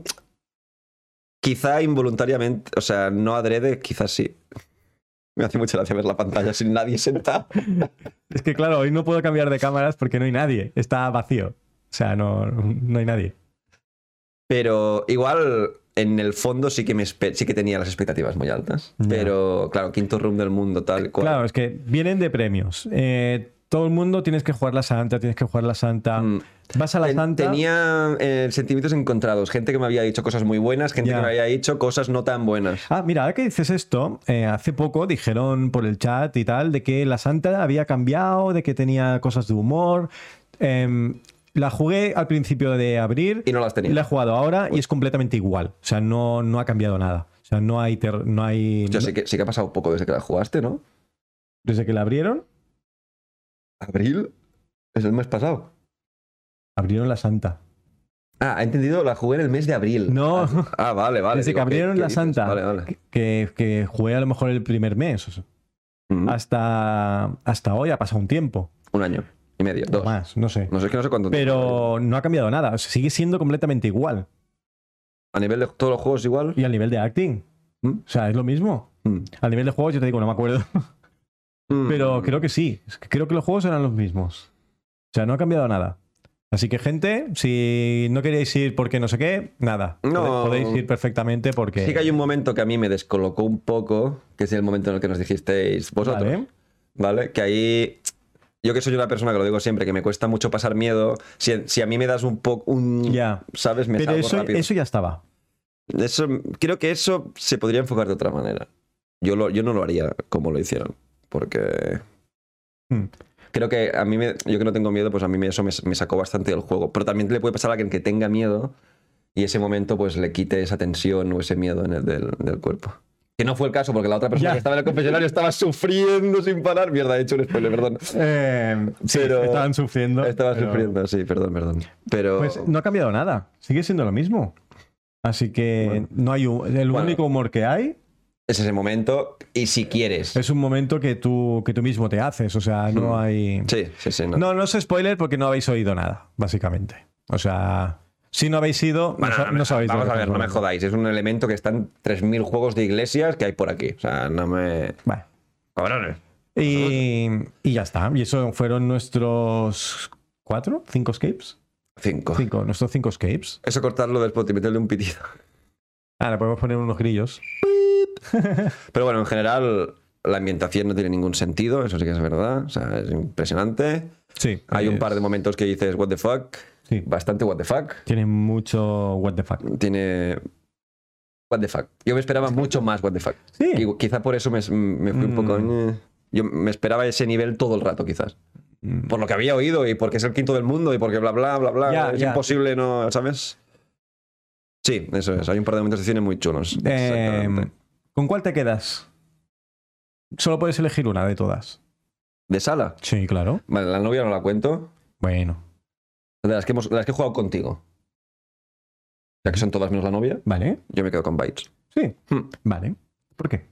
S3: quizá involuntariamente, o sea, no adrede, quizás sí. Me hace mucha gracia ver la pantalla sin nadie sentado.
S2: Es que claro, hoy no puedo cambiar de cámaras porque no hay nadie. Está vacío. O sea, no, no hay nadie.
S3: Pero igual, en el fondo sí que, me espe- sí que tenía las expectativas muy altas.
S2: Ya. Eh,
S3: Pero claro, quinto room del mundo, tal cual.
S2: Claro, es que vienen de premios. Eh, todo el mundo tienes que jugar la santa, tienes que jugar la santa.
S3: Mm.
S2: Vas a la
S3: Ten-
S2: santa.
S3: Tenía eh, sentimientos encontrados. Gente que me había dicho cosas muy buenas, gente
S2: Ya.
S3: que me había dicho cosas no tan buenas.
S2: Ah, mira, ahora que dices esto, eh, hace poco dijeron por el chat y tal de que la Santa había cambiado, de que tenía cosas de humor. Em, la jugué al principio de abril.
S3: Y no las tenía. Pues
S2: La he jugado ahora y es completamente igual. O sea, no, no ha cambiado nada. O sea, no hay. ter- no hay
S3: Yo sé que, sí que ha pasado poco desde que la jugaste, ¿no?
S2: Desde que la abrieron,
S3: ¿Abril? Es el mes pasado.
S2: abrieron la Santa.
S3: Ah, he entendido, la jugué en el mes de abril.
S2: No.
S3: Ah, ah, vale, vale.
S2: Desde
S3: Digo,
S2: que
S3: ¿qué-
S2: abrieron
S3: qué
S2: la
S3: dices?
S2: Santa,
S3: Vale, vale.
S2: que, que jugué a lo mejor el primer mes. o sea,
S3: Mm,
S2: hasta, hasta hoy ha pasado un tiempo.
S3: Un año y medio,
S2: o
S3: dos.
S2: Más, no sé.
S3: No sé, es que no sé cuánto tiempo.
S2: Pero no ha cambiado nada. o sea, sigue siendo completamente igual.
S3: A nivel de todos los juegos igual.
S2: Y al nivel de acting.
S3: ¿Mm?
S2: O sea, es lo mismo.
S3: Mm.
S2: Al nivel de juegos, yo te digo, no me acuerdo.
S3: Mm.
S2: Pero creo que sí. Es que Creo que los juegos eran los mismos. O sea, no ha cambiado nada. Así que, gente, si no queréis ir porque no sé qué, nada.
S3: No.
S2: Pode- Podéis ir perfectamente porque.
S3: Sí que hay un momento que a mí me descolocó un poco, que es el momento en el que nos dijisteis vosotros.
S2: Vale.
S3: ¿vale? Que ahí, yo que soy una persona que lo digo siempre, que me cuesta mucho pasar miedo, si, si a mí me das un poco, un,
S2: Mm. Ya.
S3: ¿sabes? Me
S2: Pero
S3: salgo
S2: eso,
S3: rápido.
S2: eso ya estaba.
S3: Eso- creo que eso se podría enfocar de otra manera. Yo, lo, yo no lo haría como lo hicieron, porque
S2: Hmm.
S3: creo que a mí, me- yo que no tengo miedo, pues a mí me- eso me, me sacó bastante del juego. Pero también le puede pasar a alguien que tenga miedo y ese momento pues le quite esa tensión o ese miedo en el, del, del cuerpo. Que no fue el caso, porque la otra persona
S2: Ya.
S3: que estaba en el confesionario estaba sufriendo sin parar. Mierda, he hecho un spoiler, perdón.
S2: Eh, sí,
S3: Pero-
S2: estaban sufriendo.
S3: Estaba
S2: pero-
S3: sufriendo, sí, perdón, perdón. Pero
S2: Pues no ha cambiado nada. Sigue siendo lo mismo. Así que
S3: Bueno.
S2: no hay hu- el
S3: Bueno.
S2: único humor que hay
S3: es ese momento y si quieres.
S2: es un momento que tú que tú mismo te haces. O sea, no
S3: Hmm.
S2: hay.
S3: Sí, sí, sí. No.
S2: No, no es spoiler porque no habéis oído nada, básicamente. O sea, si no habéis ido,
S3: Bueno,
S2: no,
S3: no
S2: sa-
S3: me-
S2: no sabéis. de
S3: Vamos
S2: lo
S3: a
S2: que
S3: ver, no me
S2: estamos hablando.
S3: jodáis. Es un elemento que está en 3.000 juegos de iglesias que hay por aquí. O sea, no me...
S2: Vale.
S3: Cabrones.
S2: Y, y ya está. Y eso fueron nuestros cuatro, cinco escapes.
S3: Cinco.
S2: Cinco, nuestros cinco escapes.
S3: Eso cortarlo del spot y meterle un pitido.
S2: Ahora podemos poner unos grillos.
S3: Pero bueno, en general, la ambientación no tiene ningún sentido. Eso sí que es verdad. O sea, es impresionante.
S2: Sí.
S3: Hay un
S2: es-
S3: par de momentos que dices, what the fuck.
S2: Sí.
S3: Bastante what the fuck.
S2: Tienen mucho what the fuck.
S3: Tiene... What the fuck. Yo me esperaba mucho más what the fuck.
S2: Sí.
S3: Y quizá por eso me, me fui un poco... "Eh". Yo me esperaba ese nivel todo el rato, quizás.
S2: Mm.
S3: Por lo que había oído y porque es el quinto del mundo y porque bla, bla, bla, bla.
S2: Ya,
S3: es
S2: ya.
S3: imposible, ¿no? ¿Sabes? Sí, eso es. Hay un par de momentos de cine muy chulos.
S2: Eh,
S3: Exactamente.
S2: ¿Con cuál te quedas? Solo puedes elegir una de todas.
S3: De sala.
S2: Sí, claro.
S3: Vale, la novia no la cuento.
S2: Bueno,
S3: De las que, hemos, de las que he jugado contigo. Ya que son todas menos la novia,
S2: vale.
S3: yo me quedo con Bites.
S2: Sí.
S3: Hmm.
S2: Vale. ¿Por qué?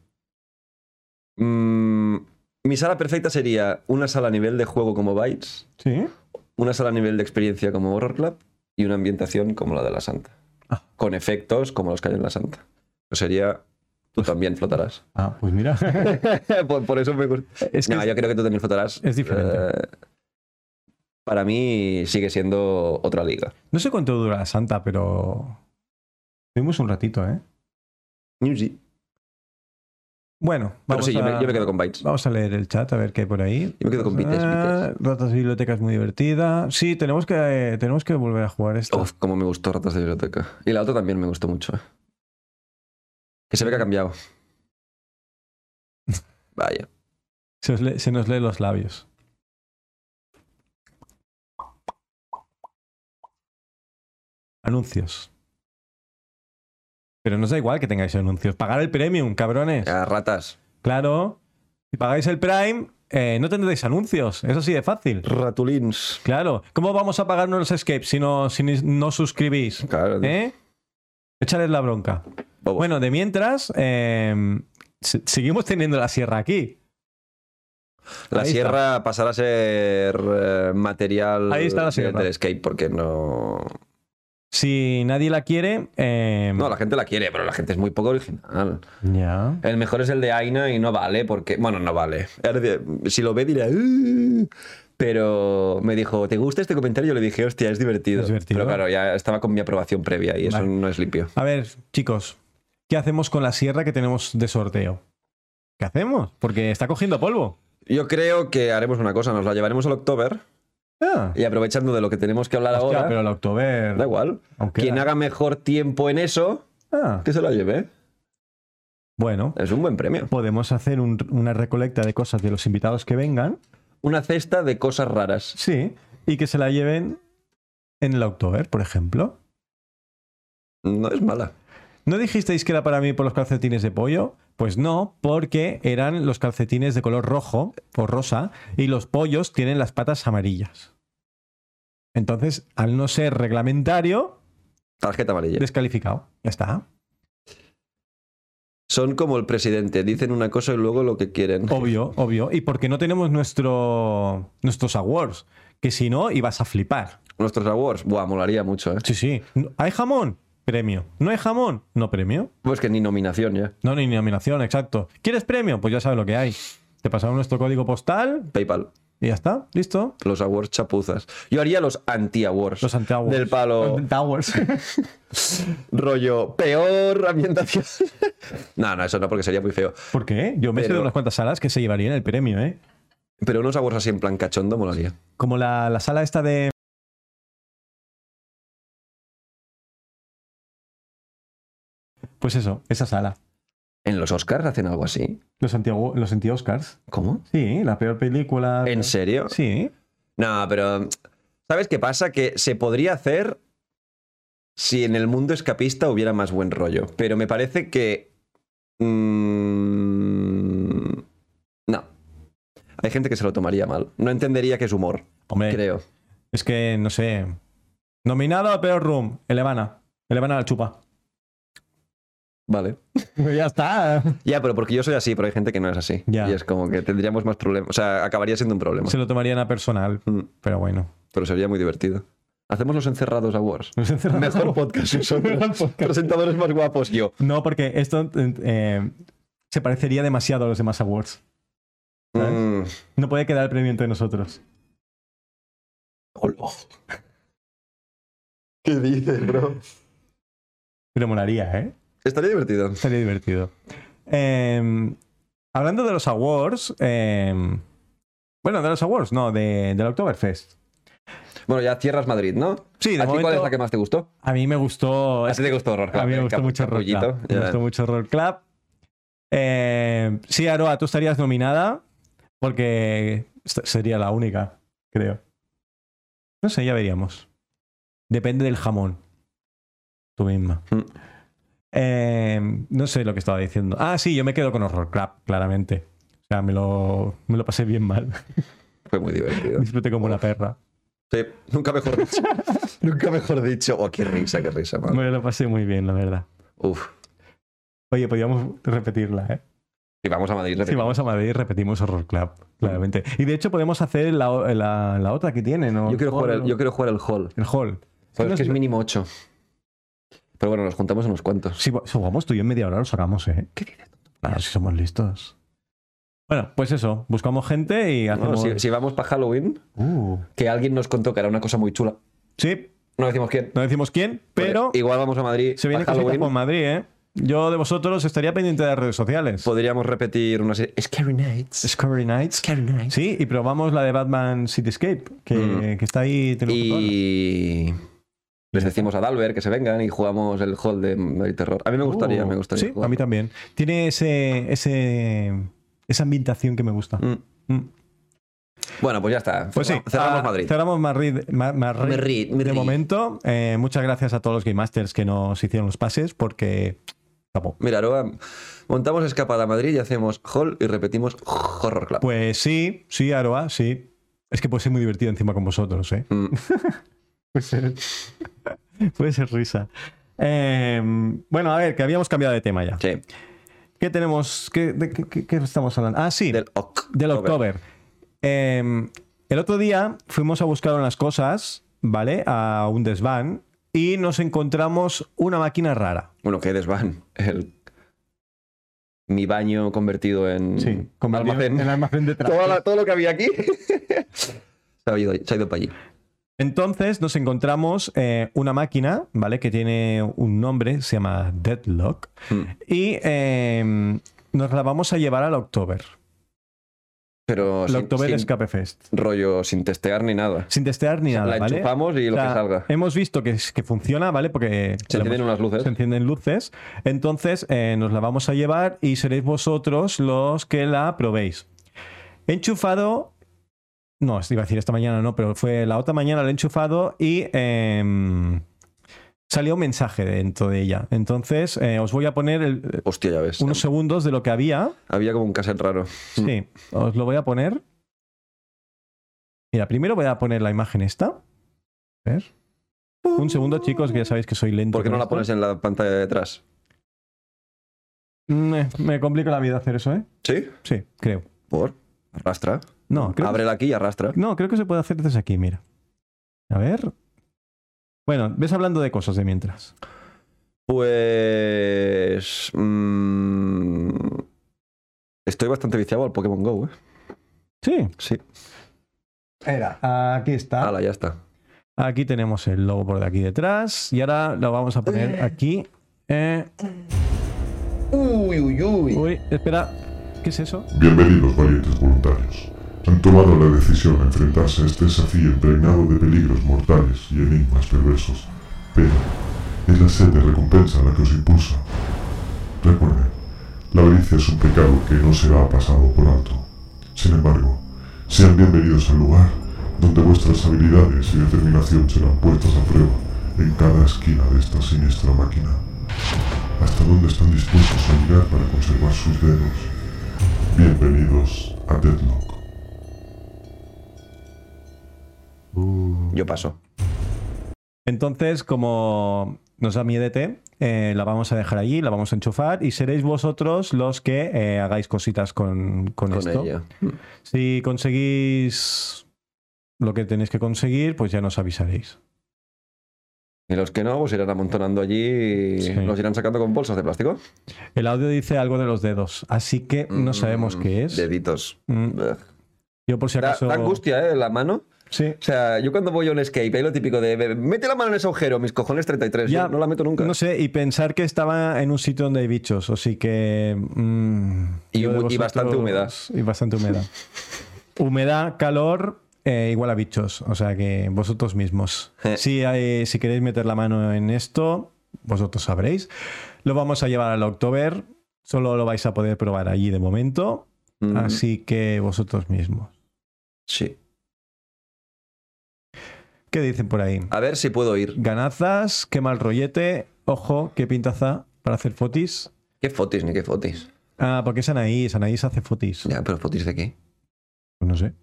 S3: Mm, mi sala perfecta sería una sala a nivel de juego como Bites,
S2: Sí.
S3: una sala a nivel de experiencia como Horror Club y una ambientación como la de la Santa.
S2: Ah.
S3: Con efectos como los que hay en la Santa. Pues sería...
S2: Pues
S3: Tú también flotarás.
S2: Ah, pues mira.
S3: por, por eso me gusta.
S2: es que
S3: No, yo creo que tú también flotarás.
S2: es diferente.
S3: Eh, para mí sigue siendo otra liga.
S2: No sé cuánto dura la Santa, pero. Tuvimos un ratito, ¿eh? Bueno,
S3: Pero
S2: vamos
S3: sí, yo, me,
S2: a-
S3: yo me quedo con Bytes.
S2: Vamos a leer el chat a ver qué hay por ahí.
S3: Yo me quedo con Vites,
S2: Ah, Ratas de biblioteca es muy divertida. Sí, tenemos que, eh, tenemos que volver a jugar esto.
S3: Uf, cómo me gustó Ratas de Biblioteca. Y la otra también me gustó mucho. eh. Que se ve que ha cambiado. Vaya.
S2: Se, os le- se nos leen los labios. Anuncios. Pero nos da igual que tengáis anuncios. Pagar el premium, cabrones.
S3: A ratas.
S2: Claro. Si pagáis el Prime, eh, no tendréis anuncios. Eso sí de fácil.
S3: Ratulins.
S2: Claro. ¿Cómo vamos a pagarnos los escapes si no, si ni- no suscribís?
S3: Claro.
S2: ¿Eh? Échales la bronca.
S3: Bobos.
S2: Bueno, de mientras, eh, se- seguimos teniendo la sierra aquí.
S3: la
S2: ahí está.
S3: sierra pasará a ser eh, material
S2: Ahí está la
S3: de-
S2: sierra.
S3: del skate porque no.
S2: Si nadie la quiere. eh,
S3: No, la gente la quiere, pero la gente es muy poco original.
S2: Ya.
S3: El mejor es el de Aina y no vale porque. Bueno, no vale. Ahora de- Si lo ve, dirá. "Uh", Pero me dijo, ¿te gusta este comentario? Yo le dije, hostia, es divertido.
S2: Es divertido.
S3: Pero claro, ya estaba con mi aprobación previa y eso
S2: Vale.
S3: no es limpio.
S2: A ver, chicos, ¿qué hacemos con la sierra que tenemos de sorteo? ¿Qué hacemos? Porque está cogiendo polvo.
S3: Yo creo que haremos una cosa, nos la llevaremos al October
S2: Ah.
S3: y aprovechando de lo que tenemos que hablar
S2: Hostia,
S3: ahora.
S2: pero el
S3: Da
S2: October.
S3: igual.
S2: Aunque
S3: Quien haga mejor tiempo en eso,
S2: Ah,
S3: que se la lleve.
S2: bueno,
S3: Es un buen premio.
S2: podemos hacer un- una recolecta de cosas de los invitados que vengan.
S3: Una cesta de cosas raras.
S2: Sí. Y que se la lleven en el October, por ejemplo.
S3: No es mala.
S2: ¿No dijisteis que era para mí por los calcetines de pollo? Pues no, porque eran los calcetines de color rojo o rosa y los pollos tienen las patas amarillas. Entonces, al no ser reglamentario,
S3: Tarjeta amarilla.
S2: descalificado. Ya está.
S3: Son como el presidente, dicen una cosa y luego lo que quieren.
S2: Obvio, obvio. Y porque no tenemos nuestro, nuestros awards, que si no, ibas a flipar.
S3: Nuestros awards, buah, molaría mucho, ¿eh?
S2: Sí, sí. ¿Hay jamón? Premio. ¿No hay jamón? No premio.
S3: Pues que ni nominación ya.
S2: No, ni nominación, exacto. ¿Quieres premio? Pues ya sabes lo que hay. Te pasamos nuestro código postal,
S3: PayPal,
S2: Y ya está, listo.
S3: los awards chapuzas. Yo haría los anti-awards.
S2: Los Antowers.
S3: Del palo.
S2: Towers.
S3: Rollo, peor ambientación. no, no, eso no, porque sería muy feo.
S2: ¿Por qué? Yo me he
S3: Pero-
S2: de unas cuantas salas que se llevarían el premio, ¿eh?
S3: Pero unos awards así en plan cachondo molaría.
S2: Como la, la sala esta de. Pues eso, esa sala.
S3: ¿En los Oscars hacen algo así?
S2: Los anti, los oscars
S3: ¿Cómo?
S2: Sí, la peor película.
S3: ¿En serio?
S2: Sí.
S3: No, pero. ¿Sabes qué pasa? Que se podría hacer si en el mundo escapista hubiera más buen rollo. Pero me parece que. mm, no. Hay gente que se lo tomaría mal. No entendería que es humor,
S2: Hombre,
S3: creo.
S2: es que no sé. Nominado a peor room, Elevana. Elevana la chupa.
S3: Vale.
S2: ya está.
S3: Ya, pero porque yo soy así, pero hay gente que no es así.
S2: Ya.
S3: Y es como que tendríamos más problemas. O sea, acabaría siendo un problema.
S2: Se lo tomarían a personal,
S3: Mm,
S2: pero bueno.
S3: Pero sería muy divertido. Hacemos los encerrados awards.
S2: Nos encerramos.
S3: Mejor podcast nosotros.
S2: Mejor podcast.
S3: Presentadores más guapos yo.
S2: No, porque esto eh, se parecería demasiado a los demás awards. ¿Sabes?
S3: Mm.
S2: No puede quedar el premio entre nosotros.
S3: ¿Qué dices, bro?
S2: Pero molaría, ¿eh?
S3: Estaría divertido.
S2: Sería divertido. Eh, hablando de los awards. eh, bueno, de los awards, no, de, del Oktoberfest.
S3: Bueno, ya cierras Madrid, ¿no?
S2: Sí,
S3: ¿A
S2: de
S3: ti
S2: momento-
S3: cuál es la que más te gustó?
S2: A mí me gustó.
S3: A ti te gustó Horror Club,
S2: a mí me
S3: el
S2: gustó
S3: cap-
S2: mucho Roll
S3: capullito.
S2: Club. Me
S3: Ya.
S2: gustó mucho Roll Club. Eh, sí, Aroa, tú estarías nominada porque esta- sería la única, creo. No sé, ya veríamos. Depende del jamón. Tú misma.
S3: Mm.
S2: Eh, no sé lo que estaba diciendo. Ah, sí, yo me quedo con Horror Club, claramente. O sea, me lo, me lo pasé bien mal.
S3: Fue muy divertido.
S2: Disfruté como una perra.
S3: Sí, nunca mejor dicho. nunca mejor dicho. Oh, qué risa, qué risa, man.
S2: Me lo pasé muy bien, la verdad.
S3: Uf.
S2: Oye, podríamos repetirla, ¿eh?
S3: Y vamos a Madrid.
S2: Si
S3: repetimos.
S2: vamos a Madrid, repetimos Horror Club, claramente. Y de hecho podemos hacer la, o- la- la otra que tienen, ¿no?
S3: Yo quiero, jugar el,
S2: Hall,
S3: yo quiero jugar el hall.
S2: el Hall.
S3: Pero
S2: No
S3: es que
S2: es-
S3: es mínimo 8. Pero bueno, nos juntamos unos cuantos.
S2: Si, si jugamos tú y yo en media hora lo sacamos, ¿eh? ¿Qué dices? Claro, si somos listos. Bueno, pues eso, buscamos gente y
S3: No,
S2: hacemos...
S3: si, si vamos para Halloween,
S2: Uh,
S3: que alguien nos contó que era una cosa muy chula.
S2: sí,
S3: No decimos quién.
S2: no decimos quién, pero
S3: Vale, Igual vamos a Madrid
S2: se viene
S3: pa'
S2: cositas
S3: Halloween.
S2: por Madrid, ¿eh? Yo de vosotros estaría pendiente de las redes sociales.
S3: Podríamos repetir una serie. Scary Nights.
S2: Discovery Nights.
S3: Scary Nights.
S2: Sí, y probamos la de Batman Cityscape, que,
S3: Mm.
S2: que está ahí... te lo juro.
S3: Y les decimos a Dalbert que se vengan y jugamos el hall de, de terror. A mí me gustaría,
S2: Uh,
S3: me gustaría.
S2: Sí,
S3: jugar.
S2: a mí también. Tiene ese, ese, esa ambientación que me gusta.
S3: Mm.
S2: Mm.
S3: Bueno, pues ya está.
S2: Pues sí,
S3: Cerramos
S2: ah,
S3: Madrid.
S2: Cerramos Madrid. Ma- Madrid.
S3: Madrid,
S2: De
S3: Madrid.
S2: momento, eh, muchas gracias a todos los Game Masters que nos hicieron los pases porque Capo.
S3: Mira, ahora montamos Escapada a Madrid y hacemos Hall y repetimos Horror Club.
S2: Pues sí, sí, Aroa, sí. Es que puede ser muy divertido encima con vosotros, ¿eh?
S3: Mm.
S2: Puede ser, puede ser risa. Eh, bueno, a ver, que habíamos cambiado de tema ya.
S3: Sí,
S2: ¿Qué tenemos? ¿Qué, de qué- qué- qué estamos hablando? Ah, sí, del,
S3: del Oc.
S2: October. Eh, el otro día fuimos a buscar unas cosas, ¿vale? A un desván y nos encontramos una máquina rara.
S3: Bueno, que desván. El... Mi baño convertido en
S2: convertido
S3: Mm. almacén.
S2: en almacén de traje.
S3: Toda la- todo lo que había aquí se, ha ido, se ha ido para allí.
S2: Entonces nos encontramos eh, una máquina, ¿vale? Que tiene un nombre, se llama Deadlock.
S3: Mm.
S2: Y eh, nos la vamos a llevar al October.
S3: Pero Pues
S2: El
S3: sin,
S2: October
S3: sin
S2: Escape Fest.
S3: rollo, sin testear ni nada.
S2: Sin testear ni nada,
S3: la
S2: ¿vale?
S3: enchufamos y
S2: O
S3: lo
S2: sea,
S3: que salga.
S2: Hemos visto que, es- que funciona, ¿vale? Porque
S3: Se
S2: la
S3: encienden
S2: hemos-
S3: unas luces.
S2: se encienden luces. Entonces eh, nos la vamos a llevar y seréis vosotros los que la probéis. He enchufado. No, iba a decir esta mañana, no, pero fue la otra mañana, la he enchufado y em, salió un mensaje dentro de ella. Entonces eh, os voy a poner el-
S3: Hostia, ya ves.
S2: unos segundos de lo que había.
S3: Había como un cassette raro.
S2: Sí, os lo voy a poner. Mira, primero voy a poner la imagen esta. A ver. Un segundo, chicos, que ya sabéis que soy lento.
S3: ¿Por qué no
S2: con
S3: la
S2: esto.
S3: pones en la pantalla de detrás?
S2: Me, Mm, eh, me complica la vida hacer eso, ¿eh?
S3: ¿Sí?
S2: Sí, creo.
S3: ¿Por? Arrastra.
S2: No, creo,
S3: Ábrela aquí y arrastra.
S2: no, creo que se puede hacer desde aquí, mira. A ver. Bueno, ves hablando de cosas de mientras.
S3: Pues. mm, estoy bastante viciado al Pokémon Go, ¿eh?
S2: Sí.
S3: Sí.
S2: Era. Aquí está.
S3: Hala, ya está.
S2: Aquí tenemos el logo por de aquí detrás. Y ahora lo vamos a poner aquí. Eh,
S3: Uy, uy, uy.
S2: uy, espera. ¿Qué es eso?
S4: Bienvenidos valientes voluntarios. Han tomado la decisión de enfrentarse a este desafío impregnado de peligros mortales y enigmas perversos. Pero es la sed de recompensa la que os impulsa. Recuerden, la avaricia es un pecado que no será pasado por alto. Sin embargo, sean bienvenidos al lugar donde vuestras habilidades y determinación serán puestas a prueba en cada esquina de esta siniestra máquina. Hasta dónde están dispuestos a llegar para conservar sus dedos. Bienvenidos a Deadlock.
S3: Yo paso.
S2: Entonces, como nos da miedete, eh, la vamos a dejar allí, la vamos a enchufar y seréis vosotros los que eh, hagáis cositas con, con,
S3: Con
S2: esto.
S3: ella.
S2: Si conseguís lo que tenéis que conseguir, pues ya nos avisaréis.
S3: Y los que no, pues irán amontonando allí y
S2: Sí.
S3: los irán sacando con bolsas de plástico.
S2: El audio dice algo de los dedos, así que no sabemos
S3: Mm,
S2: qué es.
S3: Deditos.
S2: Mm,
S3: Ugh.
S2: Yo por si
S3: Da,
S2: acaso...
S3: da angustia, ¿eh? La mano.
S2: Sí.
S3: O sea, yo cuando voy a un escape, hay lo típico de "Ve- mete la mano en ese agujero, mis cojones 33.
S2: Ya,
S3: yo no la meto nunca.
S2: No sé, y pensar que estaba en un sitio donde hay bichos, así que... mm,
S3: Y
S2: yo de
S3: mu- y bastante humedad.
S2: Y bastante humedad. humedad, calor, eh, igual a bichos, o sea que vosotros mismos.
S3: Eh.
S2: si, hay- si queréis meter la mano en esto, vosotros sabréis. Lo vamos a llevar al October, solo lo vais a poder probar allí de momento,
S3: Mm,
S2: así que vosotros mismos.
S3: Sí.
S2: ¿Qué dicen por ahí?
S3: A ver si puedo ir.
S2: Ganazas, qué mal rollete, ojo, qué pintaza para hacer fotis.
S3: ¿Qué fotis ni qué fotis?
S2: Ah, porque es Anaís. Anaís hace fotis.
S3: Ya, pero fotis de qué.
S2: Pues No sé.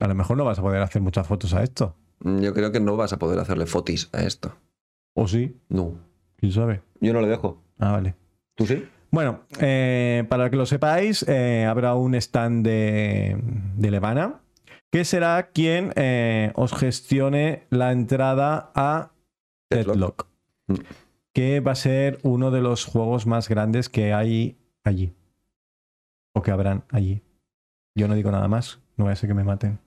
S2: A lo mejor no vas a poder hacer muchas fotos a esto.
S3: Mm, Yo creo que no vas a poder hacerle fotis a esto.
S2: O sí,
S3: No.
S2: quién sabe.
S3: Yo no le dejo.
S2: Ah, vale.
S3: ¿Tú sí?
S2: Bueno, eh, para que lo sepáis, eh, habrá un stand de, de Levana, que será quien eh, os gestione la entrada a
S3: Deadlock.
S2: Deadlock,
S3: Mm.
S2: que va a ser uno de los juegos más grandes que hay allí. O que habrán allí. Yo no digo nada más, no voy a ser que me maten.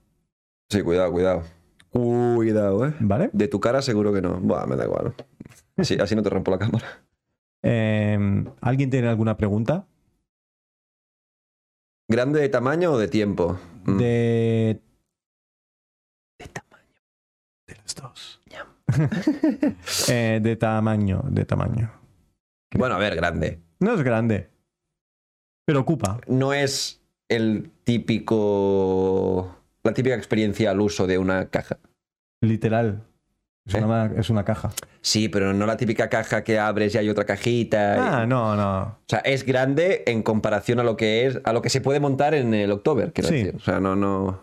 S3: Sí, cuidado, cuidado. Cuidado, ¿eh?
S2: ¿Vale?
S3: De tu cara seguro que no. Buah, me da igual. Así, así no te rompo la cámara.
S2: Eh, ¿Alguien tiene alguna pregunta?
S3: ¿Grande de tamaño o de tiempo? Mm.
S2: De. De tamaño. De los dos. Eh, de tamaño, de tamaño.
S3: Bueno, a ver, grande.
S2: No es grande. Pero ocupa.
S3: No es el típico. La típica experiencia al uso de una caja.
S2: Literal. Es, una,
S3: Eh.
S2: es una caja.
S3: Sí, pero no la típica caja que abres y hay otra cajita.
S2: Ah, no, no.
S3: O sea, es grande en comparación a lo que es, a lo que se puede montar en el October, quiero
S2: Sí.
S3: decir. O sea, no, no.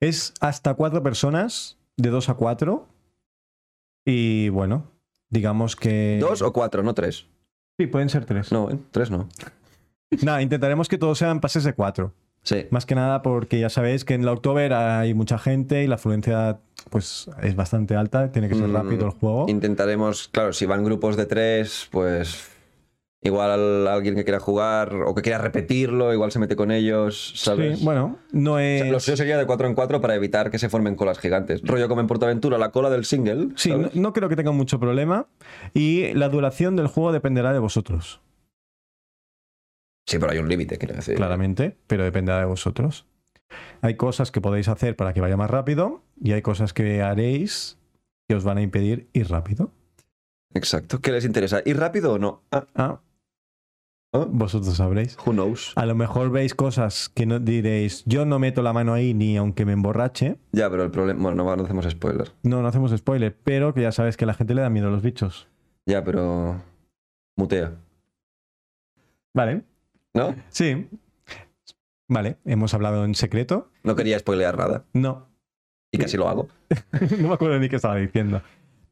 S2: Es hasta cuatro personas, de dos a cuatro. Y bueno, digamos que.
S3: Dos o cuatro, no tres.
S2: Sí, pueden ser tres.
S3: No, ¿eh? tres no.
S2: Nada, intentaremos que todos sean pases de cuatro.
S3: Sí.
S2: Más que nada porque ya sabéis que en la October hay mucha gente y la afluencia pues es bastante alta, tiene que ser
S3: Mm,
S2: rápido el juego.
S3: Intentaremos, claro, si van grupos de tres, pues igual alguien que quiera jugar o que quiera repetirlo, igual se mete con ellos, ¿sabes?
S2: Sí, bueno, no
S3: O
S2: es...
S3: sea, lo suyo sería de cuatro en cuatro para evitar que se formen colas gigantes. Rollo como en Portaventura, la cola del single.
S2: Mm. Sí, no,
S3: ¿sabes?
S2: no creo que tenga mucho problema y la duración del juego dependerá de vosotros,
S3: Sí, pero hay un límite, quiero decir.
S2: claramente, pero dependerá de vosotros. Hay cosas que podéis hacer para que vaya más rápido y hay cosas que haréis que os van a impedir ir rápido.
S3: Exacto. ¿Qué les interesa? ¿Ir rápido o no? Ah,
S2: Ah,
S3: Ah.
S2: vosotros sabréis.
S3: who knows.
S2: A lo mejor veis cosas que no diréis, yo no meto la mano ahí ni aunque me emborrache.
S3: Ya, pero el problema. Bueno, no, no hacemos spoiler.
S2: No, no hacemos spoiler, pero que ya sabes que a la gente le da miedo a los bichos.
S3: Ya, pero. Mutea.
S2: Vale.
S3: ¿No?
S2: Sí. Vale, hemos hablado en secreto.
S3: No quería spoilear nada.
S2: No,
S3: Y casi lo hago.
S2: no me acuerdo ni qué estaba diciendo.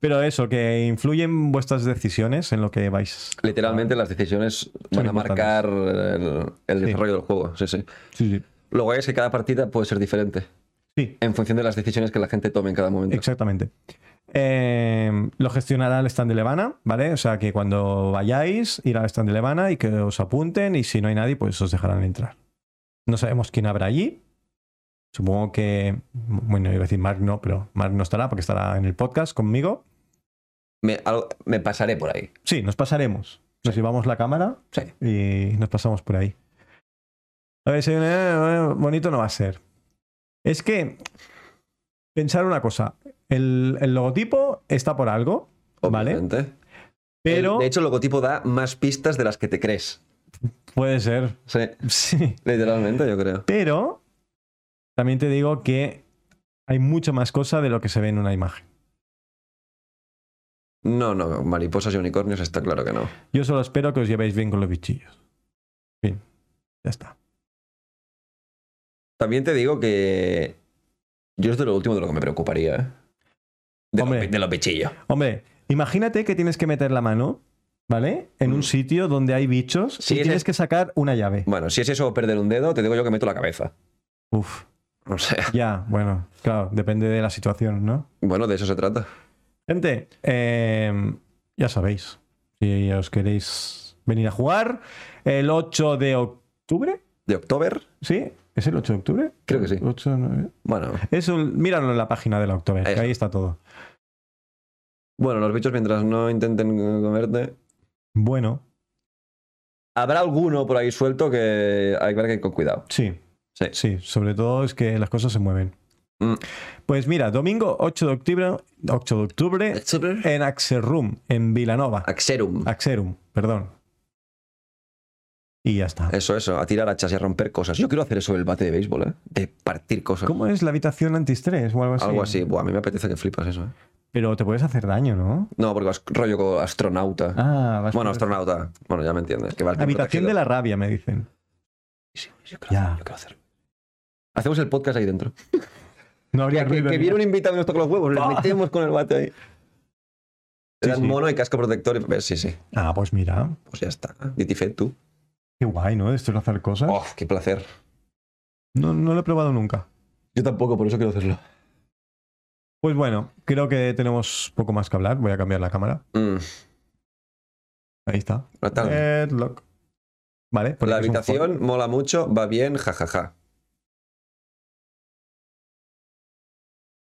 S2: Pero eso, que influyen vuestras decisiones en lo que vais.
S3: Literalmente las decisiones van a marcar el, el
S2: Ah. Sí.
S3: desarrollo del juego. Sí, sí.
S2: Sí, sí.
S3: Lo guay es que cada partida puede ser diferente
S2: Sí,
S3: en función de las decisiones que la gente tome en cada momento.
S2: exactamente. Eh, lo gestionará el stand de Levana, ¿vale? O sea que cuando vayáis, ir al stand de Levana y que os apunten y si no hay nadie, pues os dejarán entrar. No sabemos quién habrá allí. Supongo que, bueno, iba a decir Mark no, pero Mark no estará porque estará en el podcast conmigo.
S3: Me, algo- me pasaré por ahí.
S2: Sí, nos pasaremos. Nos llevamos la cámara
S3: Sí.
S2: y nos pasamos por ahí. A ver, si hay un, eh, eh, bonito no va a ser. Es que, pensar una cosa, el, el logotipo está por algo, ¿vale?
S3: Obviamente.
S2: Pero
S3: De hecho, el logotipo da más pistas de las que te crees.
S2: puede ser,
S3: Sí,
S2: sí.
S3: literalmente, yo creo.
S2: Pero también te digo que hay mucha más cosa de lo que se ve en una imagen.
S3: No, no, mariposas y unicornios está claro que no.
S2: Yo solo espero que os llevéis bien con los bichillos. Fin, ya está.
S3: También te digo que yo es de lo último de lo que me preocuparía. ¿eh? De, los,
S2: Hombre.
S3: pi- de los bichillos.
S2: Hombre, imagínate que tienes que meter la mano, ¿vale? En
S3: Mm.
S2: un sitio donde hay bichos
S3: Sí,
S2: y
S3: ese
S2: tienes
S3: es-
S2: que sacar una llave.
S3: Bueno, si es eso o perder un dedo, te digo yo que meto la cabeza.
S2: Uf,
S3: O sea,
S2: ya, bueno, claro, depende de la situación, ¿no?
S3: bueno, de eso se trata.
S2: Gente, eh, ya sabéis, si os queréis venir a jugar, el 8 de octubre,
S3: ¿De October?
S2: ¿sí? ¿Es el 8 de octubre?
S3: Creo que sí.
S2: 8, 9.
S3: Bueno,
S2: Es un, míralo en la página de la octubre, que
S3: Eso.
S2: ahí está todo.
S3: bueno, los bichos mientras no intenten eh, comerte.
S2: Bueno,
S3: Habrá alguno por ahí suelto que hay que ver que ir con cuidado.
S2: sí.
S3: Sí.
S2: Sí, sobre todo es que las cosas se mueven.
S3: Mm.
S2: Pues mira, domingo 8 de octubre, 8 de octubre en Axerum, en Vilanova.
S3: Axerum.
S2: Axerum, perdón. Y ya está.
S3: Eso, eso, a tirar hachas y a romper cosas. Yo quiero hacer eso del bate de béisbol, ¿eh? De partir cosas.
S2: ¿Cómo es la habitación antistrés o algo así?
S3: Algo así. Buah, a mí me apetece que flipas eso, ¿eh?
S2: Pero te puedes hacer daño, ¿no?
S3: No, porque vas rollo con astronauta.
S2: Ah, vas
S3: Bueno,
S2: por-
S3: astronauta. Bueno, ya me entiendes. Que vas bien
S2: Habitación
S3: protegido.
S2: de la rabia, me dicen.
S3: Sí, sí, yo quiero
S2: Ya.
S3: hacerlo, yo quiero hacerlo. Hacemos el podcast ahí dentro.
S2: No
S3: Que,
S2: habría
S3: que-
S2: ruido
S3: que
S2: ni-
S3: viene un invitado y nos toca los huevos.
S2: Ah.
S3: Le metemos con el bate ahí. Te dan
S2: sí.
S3: mono y casco protector. Y... pues, Sí, sí.
S2: Ah, pues mira.
S3: Pues ya está. Diti Fed, tú.
S2: Qué guay, ¿no? Destrozar cosas.
S3: Oh, qué placer.
S2: No, no lo he probado nunca.
S3: Yo tampoco, por eso quiero hacerlo.
S2: Pues bueno, creo que tenemos poco más que hablar. Voy a cambiar la cámara.
S3: Mm,
S2: Ahí está.
S3: no tan-
S2: Deadlock. Vale. porque
S3: la
S2: Eh, es un
S3: habitación mola mucho, va bien, jajaja.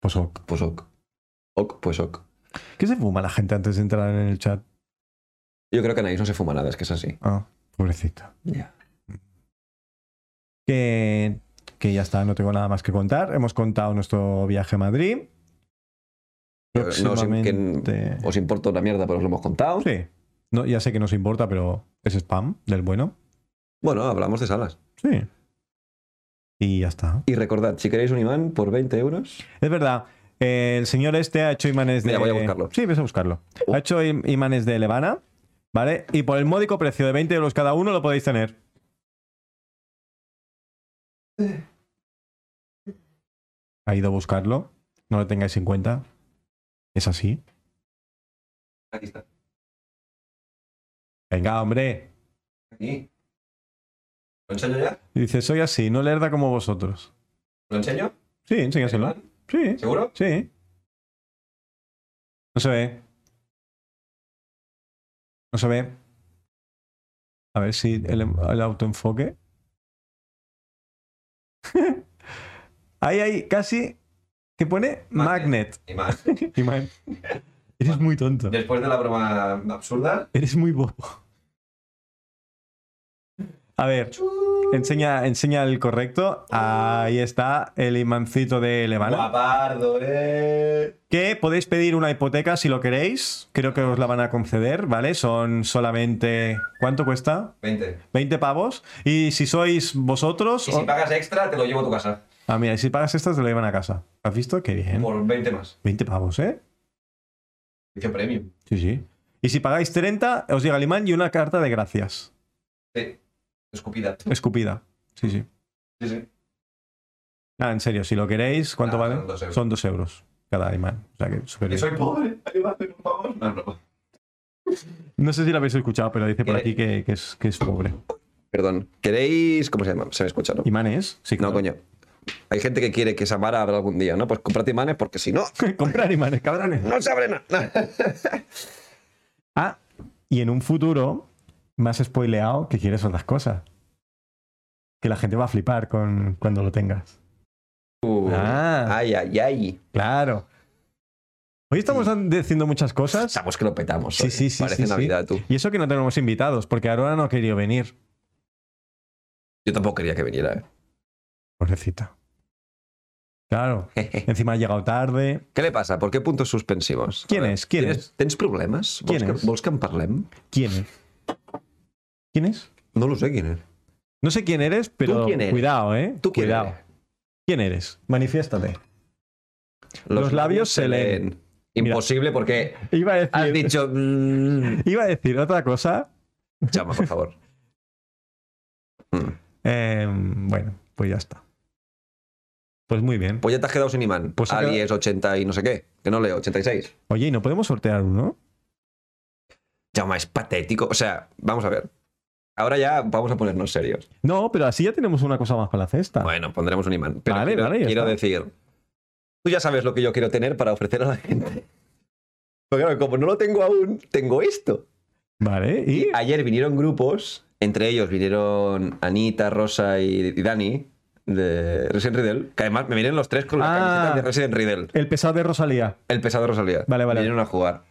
S2: fo- Pues ok.
S3: Pues ok. Ok, pues ok.
S2: ¿Qué se fuma la gente antes de entrar en el chat?
S3: Yo creo que Anaís no se fuma nada, es que es así.
S2: Ah, pobrecita. Que, que ya está, no tengo nada más que contar. Hemos contado nuestro viaje a Madrid.
S3: Pero Eh, no, sí, que- ¿Oh?
S2: Próximamente-
S3: Os importa una mierda, pero os lo hemos contado.
S2: Sí. No, ya sé que nos importa, pero es spam del bueno.
S3: Bueno, hablamos de salas.
S2: Sí. Y ya está.
S3: Y recordad, si queréis un imán por 20 euros,
S2: Es verdad. Eh, el señor este ha hecho imanes de.
S3: Mira, voy a buscarlo.
S2: Sí, ves a buscarlo.
S3: Oh.
S2: Ha hecho im- imanes de Levana, ¿vale? Y por el módico precio de 20 euros cada uno lo podéis tener. Ha ido a buscarlo. No lo tengáis en cuenta. Es así.
S3: Aquí está.
S2: Venga, hombre.
S3: Aquí. ¿Lo enseño ya?
S2: Y dice, soy así, no lerda como vosotros.
S3: ¿Lo enseño?
S2: Sí, enséñaselo. Sí,
S3: ¿Seguro?
S2: sí. No se ve. No se ve. A ver si el, em, el autoenfoque. Ahí hay casi que pone magnet.
S3: Magnet. Y más.
S2: Imán. Eres muy tonto.
S3: Después de la broma absurda.
S2: Eres muy bobo. A ver, enseña, enseña el correcto. Ahí está el imancito de Levana.
S3: Guapardo, eh.
S2: Que podéis pedir una hipoteca si lo queréis. Creo que os la van a conceder, ¿vale? Son solamente. ¿Cuánto cuesta?
S3: 20.
S2: 20 pavos. Y si sois vosotros.
S3: Y si
S2: o-
S3: pagas extra, te lo llevo a tu casa.
S2: Ah, mira, y si pagas estas, te lo llevan a casa. ¿Has visto? Qué bien.
S3: Por 20 más.
S2: 20 pavos, ¿eh?
S3: Dice premium.
S2: Sí, sí. Y si pagáis 30, os llega el imán y una carta de gracias.
S3: Sí. Escupida.
S2: Escupida. Sí, sí.
S3: Sí, sí.
S2: Ah, en serio, si lo queréis, ¿cuánto
S3: Ah,
S2: vale?
S3: son dos euros.
S2: Son dos euros cada imán. O sea que súper
S3: Que
S2: bien.
S3: soy pobre. Ayúdame, por favor. No, no.
S2: No sé si lo habéis escuchado, pero dice por
S3: Eh.
S2: aquí que, que es, que es pobre.
S3: Perdón. ¿Queréis. ¿Cómo se llama? Se me escucha, ¿no?
S2: ¿Imanes? Sí,
S3: No,
S2: claro.
S3: coño. Hay gente que quiere que Samara abra algún día, ¿no? Pues cómprate imanes porque si no,
S2: Comprar imanes, cabrones.
S3: no se abre nada.
S2: Ah, y en un futuro me has spoileado que quieres otras cosas. Que la gente va a flipar con, cuando lo tengas.
S3: Uh,
S2: Ah.
S3: Ay, ay, ay.
S2: Claro. Hoy estamos an- diciendo muchas cosas.
S3: Sabemos que lo petamos.
S2: Sí,
S3: oye.
S2: sí, sí,
S3: Parece
S2: sí, sí.
S3: Navidad, tú.
S2: Y eso que no tenemos invitados, porque Aurora no ha querido venir.
S3: Yo tampoco quería que viniera. ¿eh?
S2: Pobrecita. Claro.
S3: ¿eh?
S2: Encima ha llegado tarde.
S3: Què li passa? Per què puntos suspensivos?
S2: Qui és? Qui
S3: tens,
S2: és?
S3: Tens problemes? Vols,
S2: Qui
S3: que,
S2: és?
S3: vols que en parlem?
S2: ¿Quién es? ¿Quién es?
S3: No lo sé quién és.
S2: No sé quién eres, pero
S3: ¿Tú quién eres?
S2: cuidado, ¿eh?
S3: Tu quién
S2: cuidado.
S3: eres?
S2: ¿Quién eres? Manifiéstate. Los labios se leen.
S3: Imposible porque
S2: Iba a
S3: has
S2: decir,
S3: dicho... mm,
S2: iba a decir otra cosa.
S3: Chama, por favor. Mm.
S2: Eh, bueno, pues ya está. Pues muy bien.
S3: Pues ya te has quedado sin imán.
S2: Pues
S3: Pues
S2: ha quedado-
S3: Ali es 80 y no sé qué. Que no leo, 86.
S2: Oye, ¿y no podemos sortear uno?
S3: Chama, es patético. O sea, vamos a ver. Ahora ya vamos a ponernos serios.
S2: No, pero así ya tenemos una cosa más para la cesta.
S3: Bueno, pondremos un imán. Pero
S2: Ah. Vale,
S3: quiero,
S2: vale, ya
S3: quiero
S2: está.
S3: decir, tú ya sabes lo que yo quiero tener para ofrecer a la gente. Pero claro, como no lo tengo aún, tengo esto.
S2: Vale, y...
S3: Y ayer vinieron grupos, entre ellos vinieron Anita, Rosa y, y Dani de Resident Riddle, que además me vienen los tres con la
S2: Ah.
S3: camiseta de Resident Riddle,
S2: El pesado de Rosalía.
S3: el pesado de Rosalía.
S2: Vale, vale.
S3: Vinieron a jugar.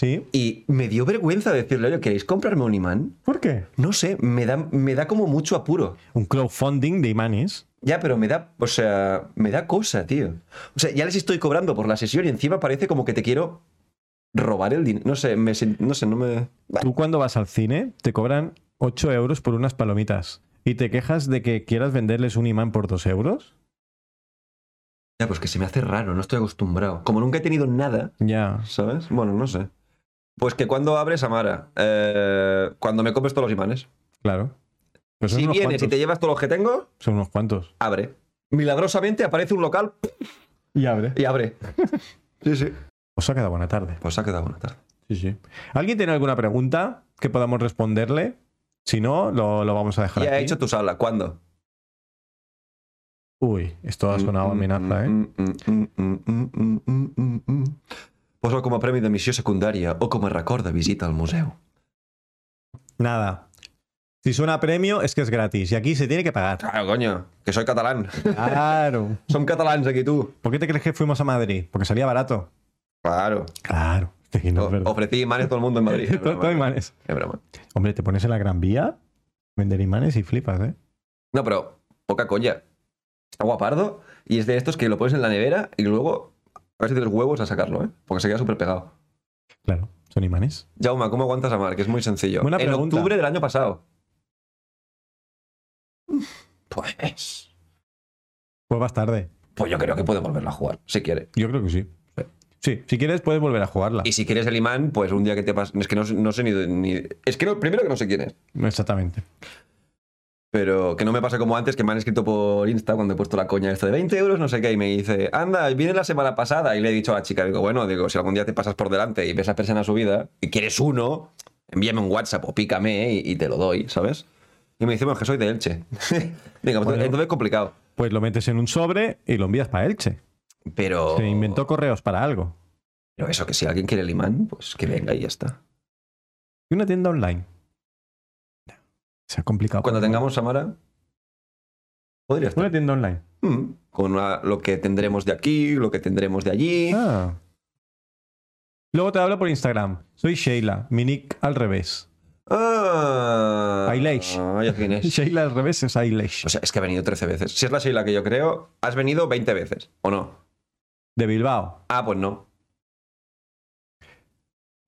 S2: ¿Sí?
S3: Y me dio vergüenza decirle, oye, ¿queréis comprarme un imán?
S2: ¿Por qué?
S3: No sé, me da, me da como mucho apuro.
S2: Un crowdfunding de imanes.
S3: Ya, pero me da, o sea, me da cosa, tío. O sea, ya les estoy cobrando por la sesión y encima parece como que te quiero robar el dinero. No sé, me, sen- no sé, no me. Bah,
S2: Tú cuando vas al cine te cobran 8 euros por unas palomitas y te quejas de que quieras venderles un imán por 2 euros.
S3: Ya, pues que se me hace raro, no estoy acostumbrado. Como nunca he tenido nada,
S2: Ya.
S3: ¿sabes? Bueno, no sé. Pues que cuando abres, Amara, eh, cuando me compres todos los imanes.
S2: Claro. Pero son
S3: si
S2: unos
S3: vienes y
S2: cuantos.
S3: te llevas todos los que tengo,
S2: Son unos cuantos.
S3: abre. Milagrosamente aparece un local
S2: Y abre.
S3: y abre. sí, sí.
S2: Os ha quedado buena tarde.
S3: Pues ha quedado una tarde.
S2: Sí, sí. ¿Alguien tiene alguna pregunta que podamos responderle? Si no, lo, lo vamos a dejar
S3: Ya
S2: aquí.
S3: he hecho tu sala, ¿cuándo?
S2: Uy, esto ha
S3: Mm,
S2: sonado amenaza, ¿eh?
S3: eh? Posa'l com a premi de missió secundària o com a record de visita al museu.
S2: Nada. Si suena a premio, es que es gratis. Y aquí se tiene que pagar.
S3: Claro, coño, que soy catalán.
S2: Claro.
S3: Som catalans aquí, tu.
S2: ¿Por qué te crees que fuimos a Madrid? Porque salía barato.
S3: Claro.
S2: Claro. Sí, no es
S3: O-
S2: verdad.
S3: Ofrecí imanes a todo el mundo en Madrid. Oh, Es
S2: Todo- todo
S3: broma.
S2: imanes.
S3: Es broma.
S2: Hombre, te pones en la Gran Vía, vender imanes y flipas, ¿eh?
S3: No, pero poca coña. Está guapardo y es de estos que lo pones en la nevera y luego a ver si tienes huevos a sacarlo, ¿eh? Porque se queda súper pegado.
S2: Claro, son imanes.
S3: Jauma, ¿cómo aguantas a Mar? Que es muy sencillo.
S2: Buena
S3: en
S2: pregunta.
S3: octubre del año pasado. Pues...
S2: Pues vas tarde.
S3: pues yo creo que puede volverlo a jugar, si quiere.
S2: Yo creo que sí. Sí, si quieres puedes volver a jugarla.
S3: Y si quieres el imán, pues un día que te pasa. Es que no, no sé ni, ni- Es que no- primero que no sé quién es.
S2: Exactamente.
S3: Pero que no me pasa como antes, que me han escrito por Insta cuando he puesto la coña esta de 20 euros, no sé qué, y me dice, anda, viene la semana pasada. Y le he dicho a la chica, digo, bueno, digo, si algún día te pasas por delante y ves a persona subida y quieres uno, envíame un WhatsApp o pícame y, y te lo doy, ¿sabes? Y me dice, bueno, es que soy de Elche. Venga, pues,
S2: Bueno.
S3: entonces es complicado.
S2: Pues lo metes en un sobre y lo envías para Elche.
S3: Pero,
S2: Se inventó correos para algo.
S3: pero eso, que si alguien quiere el imán, pues que venga y ya está.
S2: Y una tienda online. Se ha complicado.
S3: Cuando tengamos Samara, podría estar.
S2: Una tienda online.
S3: Mm, con la- lo que tendremos de aquí, lo que tendremos de allí.
S2: Ah. Luego te hablo por Instagram. Soy Sheila, mi nick al revés.
S3: Ah,
S2: Aileish.
S3: ah, ya quién es.
S2: Sheila al revés es Ailesh.
S3: O sea, es que ha venido 13 veces. Si es la Sheila que yo creo, has venido 20 veces, ¿o no?
S2: De Bilbao.
S3: Ah, pues no.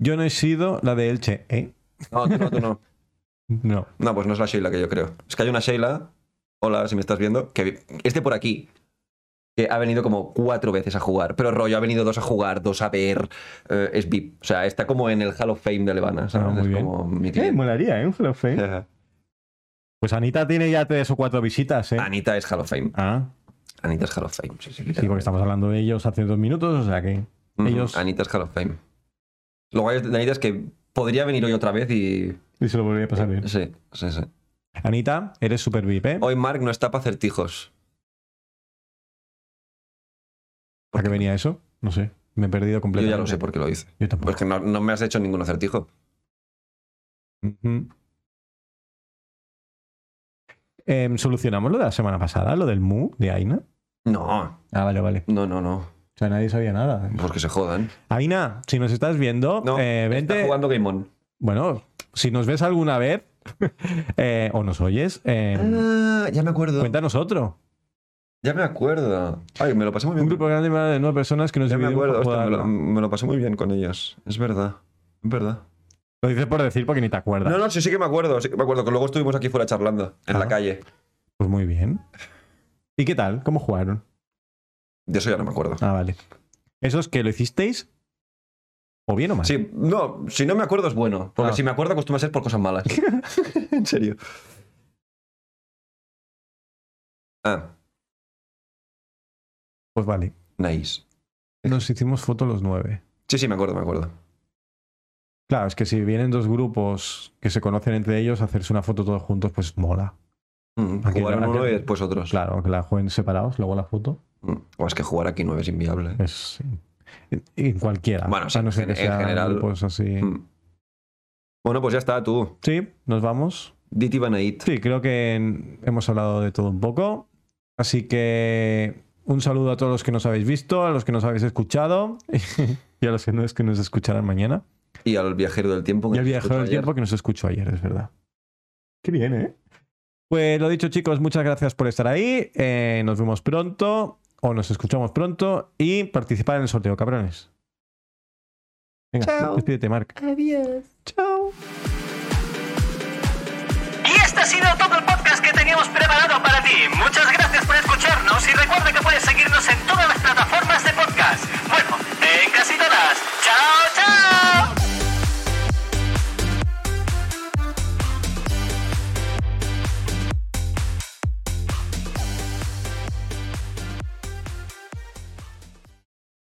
S2: Yo no he sido la de Elche, ¿eh?
S3: No, tú no, tú no.
S2: No.
S3: No, pues no es la Sheila que yo creo. Es que hay una Sheila, hola, si me estás viendo, que vi- este por aquí, que ha venido como cuatro veces a jugar. Pero rollo, ha venido dos a jugar, dos a ver, eh, es VIP. O sea, está como en el Hall of Fame de Levana, ¿sabes?
S2: Ah, muy
S3: es
S2: bien.
S3: como mi
S2: Eh,
S3: cliente.
S2: molaría, ¿eh? Un Hello Fame. Pues Anita tiene ya tres o cuatro visitas, ¿eh?
S3: Anita es Hall of Fame.
S2: Ah,
S3: Anita es Hall of Fame. Sí, sí,
S2: sí, porque estamos hablando de ellos hace dos minutos, o sea que.
S3: Ujú,
S2: Ellos-
S3: Anita es Hall of Fame. Lo guay de Anita es que podría venir hoy otra vez y.
S2: Y se lo volvería a pasar bien.
S3: Sí, sí, sí.
S2: Anita, eres super VIP, ¿eh?
S3: Hoy Mark no está para acertijos.
S2: ¿Para qué venía eso? No sé. Me he perdido
S3: Yo
S2: completamente.
S3: ya lo sé por qué lo hice.
S2: Yo tampoco.
S3: Pues que no, no me has hecho ningún acertijo.
S2: Ujú. Em, ¿Solucionamos lo de la semana pasada? ¿Lo del Mu de Aina?
S3: No,
S2: Ah, vale, vale.
S3: no, no, no.
S2: O sea, nadie sabía nada.
S3: Pues que se jodan.
S2: Aina, si nos estás viendo,
S3: No,
S2: eh,
S3: Está
S2: vente.
S3: jugando Game On.
S2: Bueno, si nos ves alguna vez eh, o nos oyes, eh,
S3: Ah, ya me acuerdo.
S2: cuéntanos otro.
S3: Ya me acuerdo. Ay, me lo pasé muy bien.
S2: Un grupo grande de nueve personas que nos
S3: ya me
S2: dividimos
S3: acuerdo.
S2: por
S3: hostia, me, lo,
S2: jugar.
S3: me lo pasé muy bien con ellas. Es verdad. Es verdad.
S2: Lo dices por decir porque ni te acuerdas.
S3: No, no, sí, sí que me acuerdo. Sí que me acuerdo que luego estuvimos aquí fuera charlando, en
S2: Ah.
S3: la calle.
S2: Pues muy bien. ¿Y qué tal? ¿Cómo jugaron?
S3: De eso ya no me acuerdo.
S2: Ah, vale. ¿Esos que lo hicisteis? ¿O bien o mal?
S3: Sí, no, si no me acuerdo es bueno. Porque
S2: Ah.
S3: si me acuerdo acostumbra a ser por cosas malas. en serio. Ah,
S2: Pues vale.
S3: nice.
S2: Nos hicimos foto los nueve.
S3: Sí, sí, me acuerdo, me acuerdo.
S2: Claro, es que si vienen dos grupos que se conocen entre ellos, hacerse una foto todos juntos, pues mola.
S3: Mm,
S2: Aquel-
S3: jugaron uno y
S2: aquel-
S3: después otros.
S2: Claro, aunque la jueguen separados, luego la foto,
S3: Mm, O es que jugar aquí nueve es inviable.
S2: es sí. Y- y en cualquiera.
S3: Bueno, sí,
S2: a no ser que
S3: en- en
S2: sean
S3: general.
S2: grupos así.
S3: Mm. Bueno, pues ya está, tú.
S2: Sí, nos vamos.
S3: Diti Banait.
S2: Sí, creo que en- hemos hablado de todo un poco. Así que un saludo a todos los que nos habéis visto, a los que nos habéis escuchado y a los que no es que nos escucharán mañana.
S3: Y al viajero del tiempo. que
S2: Y al
S3: nos
S2: viajero
S3: escuchó
S2: del
S3: ayer.
S2: tiempo que nos escuchó ayer, es verdad. Qué bien, ¿eh? Pues lo dicho, chicos, muchas gracias por estar ahí. Eh, nos vemos pronto o nos escuchamos pronto y participar en el sorteo, cabrones. Venga,
S5: Chao.
S2: despídete, Marc.
S5: Adiós.
S2: Chao.
S1: Y este ha sido todo el podcast que teníamos preparado para ti. Muchas